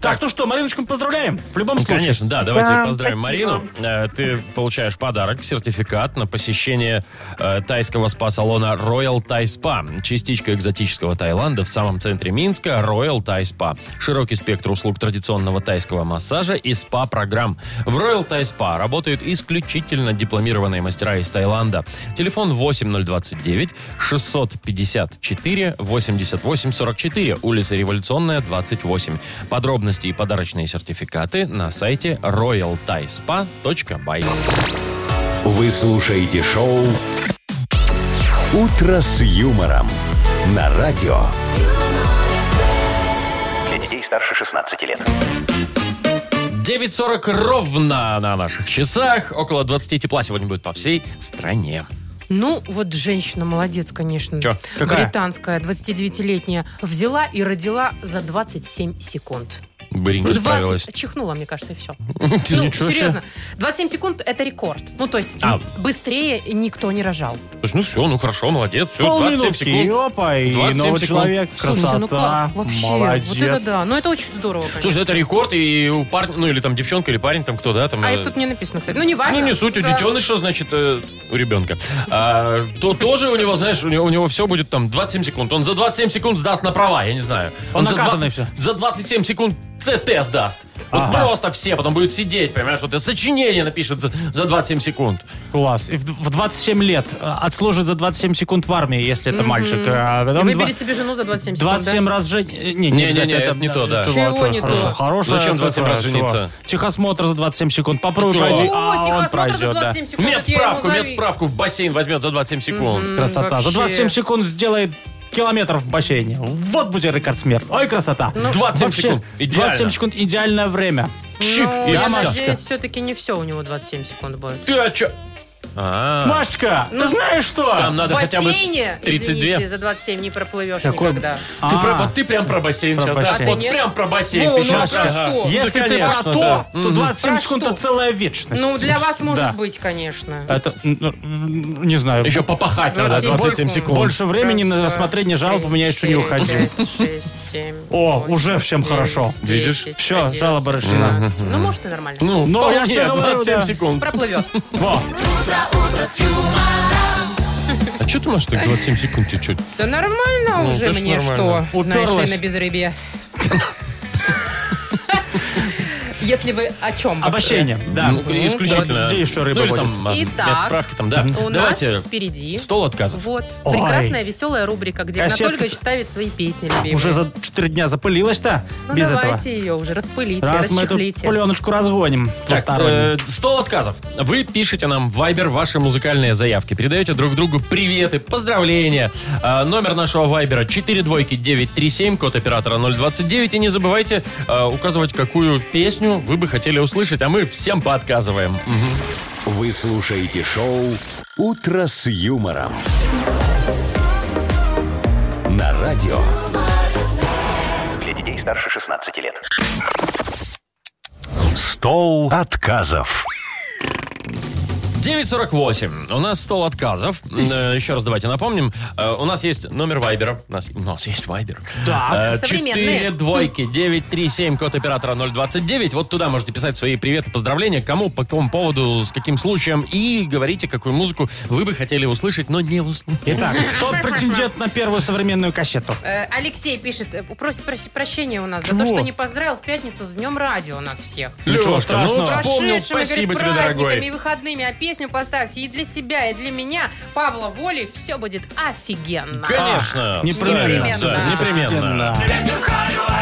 Speaker 3: Так, ну что, Мариночку мы поздравляем. В любом
Speaker 2: Ну,
Speaker 3: случае.
Speaker 2: конечно, да, давайте
Speaker 9: Да,
Speaker 2: поздравим
Speaker 9: спасибо.
Speaker 2: Марину. Э, Ты получаешь подарок, сертификат на посещение э, тайского спа-салона Royal Thai Spa. Частичка экзотического Таиланда в самом центре Минска Royal Thai Spa. Широкий спектр услуг традиционного тайского массажа и спа-программ. В Royal Thai Spa работают исключительно дипломированные мастера из Таиланда. Телефон 8029 654 88 44, улица Революционная, 28. Подробности и подарочные сертификаты на сайте royalthaispa.by.
Speaker 1: Вы слушаете шоу «Утро с юмором» на радио.
Speaker 5: Для детей старше 16 лет.
Speaker 2: 9.40 ровно на наших часах. Около 20 тепла сегодня будет по всей стране.
Speaker 4: Ну, вот женщина молодец, конечно.
Speaker 2: Чё,
Speaker 3: какая?
Speaker 4: Британская, 29-летняя, взяла и родила за 27 секунд.
Speaker 3: Ну,
Speaker 2: Быренько
Speaker 4: 20
Speaker 2: справилась.
Speaker 4: чихнула, мне кажется, и все.
Speaker 2: Ты
Speaker 4: ну,
Speaker 2: ничего себе.
Speaker 4: серьезно. 27 секунд – это рекорд. Ну, то есть
Speaker 2: А.
Speaker 4: м, быстрее никто не рожал.
Speaker 2: Слушай, Ну все, ну хорошо, молодец. Все,
Speaker 3: Полминутки,
Speaker 2: 27 секунд.
Speaker 3: опа, и
Speaker 2: 27
Speaker 3: новый
Speaker 2: секунд.
Speaker 3: человек, красота,
Speaker 4: Слушайте, ну как? Вообще,
Speaker 3: молодец.
Speaker 4: вот это да. Ну, это очень здорово, конечно.
Speaker 2: Слушай, это рекорд, и у парня, ну или там девчонка, или парень, там кто, да? Там,
Speaker 4: а
Speaker 2: э,
Speaker 4: это тут не написано, кстати. Ну, не важно.
Speaker 2: Ну, не суть, у
Speaker 4: Да.
Speaker 2: детеныша, значит, э, у ребенка. А, то тоже у него, знаешь, у него, у него все будет там 27 секунд. Он за 27 секунд сдаст на права, я не знаю.
Speaker 3: Он
Speaker 2: за,
Speaker 3: накатанный
Speaker 2: 20
Speaker 3: всё.
Speaker 2: за 27 секунд ЦТ сдаст. Вот просто все потом будут сидеть, понимаешь, вот это сочинение напишет за, за 27 секунд.
Speaker 3: Класс. И в д- в 27 лет э, отслужит за 27 секунд в армии, если это мальчик. А
Speaker 4: И
Speaker 3: потом два-
Speaker 4: выберет себе жену за 27 секунд, да?
Speaker 3: 27 раз жен... э, Не, не,
Speaker 2: Не-не-не,
Speaker 3: обязательно,
Speaker 2: это
Speaker 3: это
Speaker 2: не то, да.
Speaker 3: чего,
Speaker 4: Чего не
Speaker 3: хорошо,
Speaker 4: то?
Speaker 3: Хорошее,
Speaker 2: Зачем 27 раз
Speaker 3: такое, чего?
Speaker 2: жениться?
Speaker 3: Техосмотр за 27 секунд. Попробуй
Speaker 2: Что?
Speaker 3: пройди.
Speaker 4: О,
Speaker 3: а он
Speaker 4: техосмотр за
Speaker 3: пройдет, да.
Speaker 4: 27 секунд. это я ему
Speaker 2: Медсправку,
Speaker 4: зави-
Speaker 2: медсправку в бассейн возьмет за 27 секунд.
Speaker 3: Красота.
Speaker 4: вообще.
Speaker 3: За 27 секунд сделает километров в бассейне. Вот будет рекордсмен. Ой, красота.
Speaker 4: Ну,
Speaker 2: 27
Speaker 3: Вообще,
Speaker 2: секунд. Идеально.
Speaker 3: 27 секунд идеальное время.
Speaker 2: Чик,
Speaker 4: Ну,
Speaker 2: и
Speaker 4: я
Speaker 2: всё.
Speaker 3: Машечка.
Speaker 4: надеюсь, все-таки не все у него 27 секунд будет.
Speaker 2: Ты о чё? А,
Speaker 3: Машечка,
Speaker 4: Ну,
Speaker 3: ты знаешь что?
Speaker 2: Там надо
Speaker 4: в
Speaker 2: хотя бы...
Speaker 4: бассейне,
Speaker 2: 32.
Speaker 4: извините, за 27 не проплывешь
Speaker 3: Какой-
Speaker 4: никогда.
Speaker 3: А,
Speaker 2: Ты, про, вот ты прям про бассейн
Speaker 3: Про
Speaker 2: сейчас, да?
Speaker 3: бассейн.
Speaker 2: Вот
Speaker 4: А ты нет?
Speaker 2: прям про бассейн.
Speaker 4: Во,
Speaker 2: ты
Speaker 4: ну
Speaker 2: щас,
Speaker 4: а
Speaker 2: ага.
Speaker 4: что?
Speaker 2: Да,
Speaker 3: Если ты
Speaker 2: конечно,
Speaker 3: про то,
Speaker 2: да.
Speaker 3: то 27
Speaker 4: Про
Speaker 3: секунд
Speaker 4: что?
Speaker 3: это целая вечность.
Speaker 4: Ну, для вас может
Speaker 3: Да.
Speaker 4: быть, конечно.
Speaker 3: Это, ну, м, не знаю.
Speaker 2: Еще попахать надо
Speaker 4: 27
Speaker 2: 27
Speaker 4: секунд.
Speaker 2: секунд.
Speaker 3: Больше времени на рассмотрение жалоб у меня еще не уходило.
Speaker 4: 6, 7,
Speaker 3: О, уже всем хорошо.
Speaker 2: Видишь?
Speaker 3: Всё, жалоба решена.
Speaker 4: Ну, может, и нормально.
Speaker 2: Ну,
Speaker 3: Ну,
Speaker 2: вполне,
Speaker 3: я ж тебе говорю,
Speaker 2: 27
Speaker 3: да.
Speaker 2: секунд.
Speaker 4: Проплывет.
Speaker 3: Во.
Speaker 2: А что ты, Маш, так 27 секунд тебе чуть?
Speaker 4: Да нормально
Speaker 2: Ну,
Speaker 4: уже
Speaker 2: конечно,
Speaker 4: мне
Speaker 2: нормально.
Speaker 4: что, знаешь ли,
Speaker 3: Уперлась.
Speaker 4: на безрыбье. Если вы о чем?
Speaker 3: Обощение, да.
Speaker 2: Ну, исключительно.
Speaker 3: Где еще рыба
Speaker 2: Ну, или там,
Speaker 3: водится?
Speaker 2: а,
Speaker 4: Итак,
Speaker 2: медсправки там, да.
Speaker 4: У нас
Speaker 2: Давайте
Speaker 4: впереди.
Speaker 2: стол отказов.
Speaker 4: Вот,
Speaker 3: Ой.
Speaker 4: прекрасная, веселая рубрика, где
Speaker 3: Кассетка.
Speaker 4: Анатольевич ставит свои песни любимые.
Speaker 3: Уже за 4 дня запылилась-то
Speaker 4: Ну,
Speaker 3: без этого.
Speaker 4: давайте ее уже распылите,
Speaker 3: Раз мы эту
Speaker 4: расчехлите.
Speaker 3: пленочку разгоним
Speaker 2: Так,
Speaker 3: двусторонним.
Speaker 2: э, стол отказов. Вы пишете нам в Viber ваши музыкальные заявки. Передаете друг другу приветы, поздравления. Э, номер нашего Viber 42937, код оператора 029. И не забывайте э, указывать, какую песню вы бы хотели услышать, а мы всем поотказываем. Мгм.
Speaker 1: Вы слушаете шоу «Утро с юмором». На радио
Speaker 5: Для детей старше 16 лет.
Speaker 1: «Стол отказов».
Speaker 2: 9.48. У нас стол отказов. Э, Еще раз давайте напомним. Э, У нас есть номер Вайбера. У нас, у нас есть Вайбер. Да.
Speaker 4: Современные.
Speaker 2: Четыре двойки, 937, код оператора 029. Вот туда можете писать свои приветы, поздравления. Кому, по какому поводу, с каким случаем. И говорите, какую музыку вы бы хотели услышать, но не услышали.
Speaker 3: Итак, кто претендент на первую современную кассету?
Speaker 4: Э, Алексей пишет, э, просит проси- прощения у нас за
Speaker 3: Чего?
Speaker 4: то, что не поздравил в пятницу с днем радио нас всех.
Speaker 2: Лешка, ну
Speaker 3: страшного.
Speaker 2: вспомнил,
Speaker 4: Прошедшими,
Speaker 2: спасибо
Speaker 4: говорит,
Speaker 2: тебе,
Speaker 4: праздниками и
Speaker 2: дорогой.
Speaker 4: выходными, а песню поставьте и для себя, и для меня, Павла Воли, все будет офигенно.
Speaker 2: Конечно.
Speaker 3: непременно.
Speaker 2: вставим. Да,
Speaker 4: Непременно.
Speaker 2: непременно.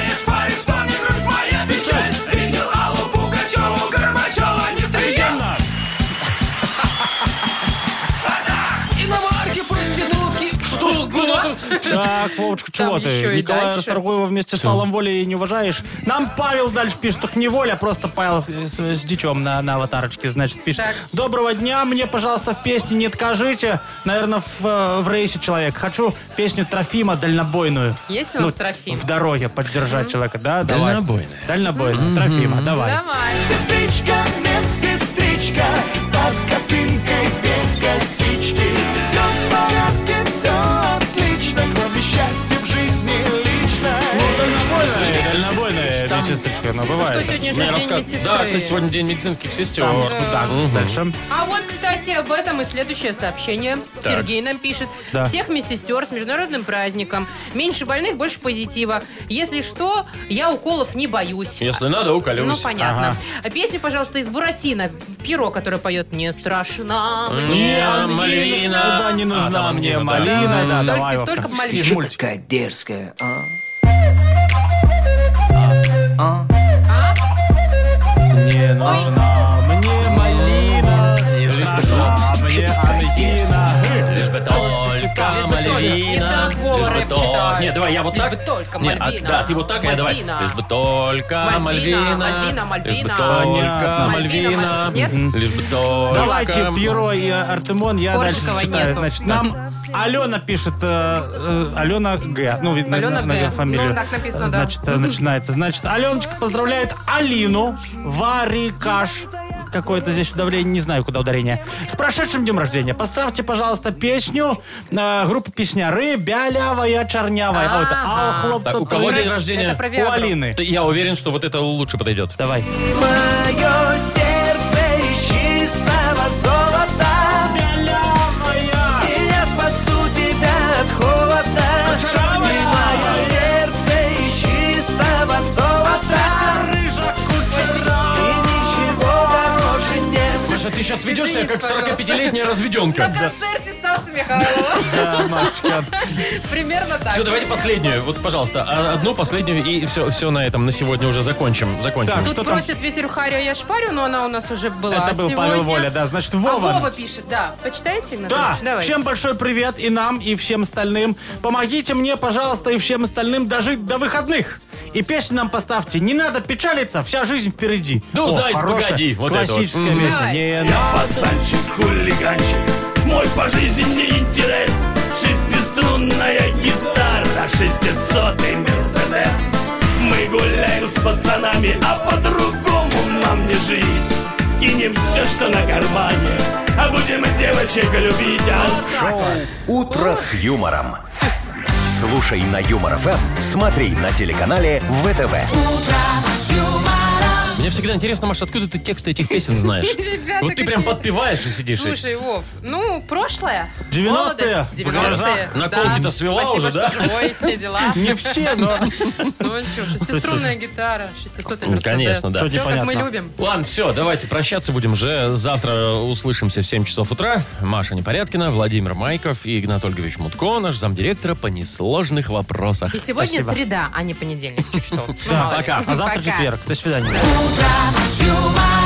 Speaker 3: Так, Вовочка, чего
Speaker 4: Там еще
Speaker 3: ты?
Speaker 4: и
Speaker 3: Николая
Speaker 4: дальше.
Speaker 3: Расторгуева вместе с Павлом Волей не уважаешь? Нам Павел дальше пишет, так не Воля, а просто Павел с, с- с дичом на, на аватарочке, значит, пишет.
Speaker 4: Так.
Speaker 3: Доброго дня, мне, пожалуйста, в песне не откажите. Наверное, в, э, в рейсе человек. Хочу песню Трофима дальнобойную. Ну,
Speaker 4: Есть у нас Трофим?
Speaker 3: В дороге поддержать человека, да? давай.
Speaker 2: Дальнобойная.
Speaker 3: Дальнобойная. Трофима, давай.
Speaker 4: Давай.
Speaker 7: Сестричка, медсестричка, под косынкой две косички. Все в порядке, все отлично, кроме счастья в жизни
Speaker 3: Ну,
Speaker 7: лично.
Speaker 3: дальнобойная, дальнобойная медсестричка, ну,
Speaker 4: Что
Speaker 3: бывает.
Speaker 4: сегодня же
Speaker 2: Мне
Speaker 4: день
Speaker 2: раска-
Speaker 4: медсестры.
Speaker 2: Да, кстати, сегодня день медицинских сестер.
Speaker 3: Там, вот так, дальше.
Speaker 4: А вот, кстати, об этом и следующее сообщение. Сергей нам пишет.
Speaker 3: Да.
Speaker 4: Всех медсестер с международным праздником. Меньше больных, больше позитива. Если что, я уколов не боюсь.
Speaker 2: Если надо, уколюсь.
Speaker 4: Ну, понятно. А Песню, пожалуйста, из Буратино. Перо, которое поет «Не страшна
Speaker 3: М-м-м.
Speaker 2: Не,
Speaker 4: мне
Speaker 2: малина».
Speaker 3: Да, не
Speaker 2: А,
Speaker 3: нужна
Speaker 2: там
Speaker 3: мне
Speaker 2: малина, да.
Speaker 3: малина. Да,
Speaker 4: Только-
Speaker 3: давай, Вовка.
Speaker 4: только малина.
Speaker 3: Из мультика.
Speaker 7: Такая дерзкая, а?
Speaker 3: Не нужна мне малина, не страшна
Speaker 2: А
Speaker 3: мне ангина.
Speaker 2: Лишь бы только
Speaker 4: Лишь бы только. Не
Speaker 2: малина.
Speaker 4: так, Вова,
Speaker 2: Лишь бы
Speaker 4: рэп
Speaker 2: то-
Speaker 4: читает.
Speaker 2: Не, давай, я вот
Speaker 4: Лишь
Speaker 2: так.
Speaker 4: бы только
Speaker 2: Не, а-
Speaker 4: Мальвина.
Speaker 2: Да, ты вот так, а я давай.
Speaker 4: Мальвина.
Speaker 2: Лишь бы только
Speaker 4: Мальвина,
Speaker 2: Мальвина.
Speaker 4: Мальвина, Мальвина.
Speaker 2: Лишь бы
Speaker 3: Понятно.
Speaker 2: только
Speaker 4: Мальвина,
Speaker 2: Мальвина.
Speaker 4: Маль- Нет?
Speaker 2: Лишь бы только... эм,
Speaker 3: Давайте Пьеро и Артемон, я дальше
Speaker 4: Коржикова
Speaker 3: читаю.
Speaker 4: нету.
Speaker 3: Значит, нам Алена пишет, э, э, Алена Г, ну, видно,
Speaker 4: Алена
Speaker 3: на- на
Speaker 4: Г.
Speaker 3: её фамилию.
Speaker 4: Ну, так написано, да.
Speaker 3: Значит, э, начинается. Значит, Аленочка поздравляет Алину Варикаш. Какое-то здесь ударение, не знаю, куда ударение. С прошедшим днем рождения. Поставьте, пожалуйста, песню э, группы песняры «Бялявая чернявая». Ой, это «Ау,
Speaker 4: Ага.
Speaker 3: хлопца,
Speaker 2: Так, у кого
Speaker 3: ты».
Speaker 2: день рождения?
Speaker 4: Это про
Speaker 3: У
Speaker 4: Виагру.
Speaker 3: Алины.
Speaker 2: Ты- Я уверен, что вот это лучше подойдет.
Speaker 3: Давай.
Speaker 7: Мое сердце из чистого золота. И я спасу тебя от холода. Мое сердце из чистого золота.
Speaker 2: ведешь себя как
Speaker 4: Извините, пожалуйста.
Speaker 2: 45-летняя разведенка.
Speaker 4: На концерте Стаса Михайлова.
Speaker 3: Да, Машечка.
Speaker 4: Примерно так.
Speaker 2: Все, давайте последнюю. Вот, пожалуйста, а- одну последнюю и все, все на этом на сегодня уже закончим. Закончим.
Speaker 3: Так,
Speaker 4: Тут
Speaker 3: Что там?
Speaker 4: просят ветер харю, а я шпарю, но она у нас уже была
Speaker 3: Это был Павел
Speaker 4: сегодня.
Speaker 3: Воля, да. Значит,
Speaker 4: А
Speaker 3: Вова.
Speaker 4: Вова пишет, да. Почитайте, Игнат
Speaker 3: Да,
Speaker 4: Ильич? Давайте.
Speaker 3: всем большой привет и нам, и всем остальным. Помогите мне, пожалуйста, и всем остальным дожить до выходных. И песню нам поставьте. Не надо печалиться, вся жизнь впереди.
Speaker 2: Ну, «Заяц, погоди», вот это вот.
Speaker 3: классическая
Speaker 2: Мгм.
Speaker 3: песня.
Speaker 4: Давайте.
Speaker 3: Не
Speaker 7: Я пацанчик, хулиганчик, мой пожизненный интерес. Шестиструнная гитара, шестисотый Мерседес. Мы гуляем с пацанами, а по-другому нам не жить. Скинем все, что на кармане, а будем девочек любить. А с
Speaker 1: «Утро с юмором». Слушай на Юмор ФМ, смотри на телеканале ВТВ.
Speaker 2: Мне всегда интересно, Маша, откуда ты тексты этих песен знаешь?
Speaker 4: Ребята
Speaker 2: Вот ты прям
Speaker 4: какие.
Speaker 2: подпеваешь и сидишь. и-
Speaker 4: Слушай, Вов, ну, прошлое.
Speaker 3: 90-е.
Speaker 4: Молодость,
Speaker 3: В
Speaker 4: 90-е.
Speaker 2: гаражах наколки-то свела
Speaker 4: Спасибо,
Speaker 2: уже, да?
Speaker 4: что живой, все дела.
Speaker 3: Не все, но...
Speaker 4: Ну что, шестиструнная гитара, 600
Speaker 2: Ну,
Speaker 4: Мерседес.
Speaker 2: конечно, да.
Speaker 4: Все,
Speaker 3: Что
Speaker 4: как мы
Speaker 3: непонятно.
Speaker 4: любим.
Speaker 2: Ладно, все, давайте прощаться будем уже. Завтра услышимся в 7 часов утра. Маша Непорядкина, Владимир Майков и Игнат Ольгович Мутко, наш замдиректора по несложных вопросах.
Speaker 4: И сегодня
Speaker 3: Спасибо.
Speaker 4: среда, а не понедельник, чуть что. Ну,
Speaker 3: Да,
Speaker 4: мало ли.
Speaker 2: пока.
Speaker 3: А завтра
Speaker 4: Пока.
Speaker 3: четверг. До свидания.
Speaker 7: юмором.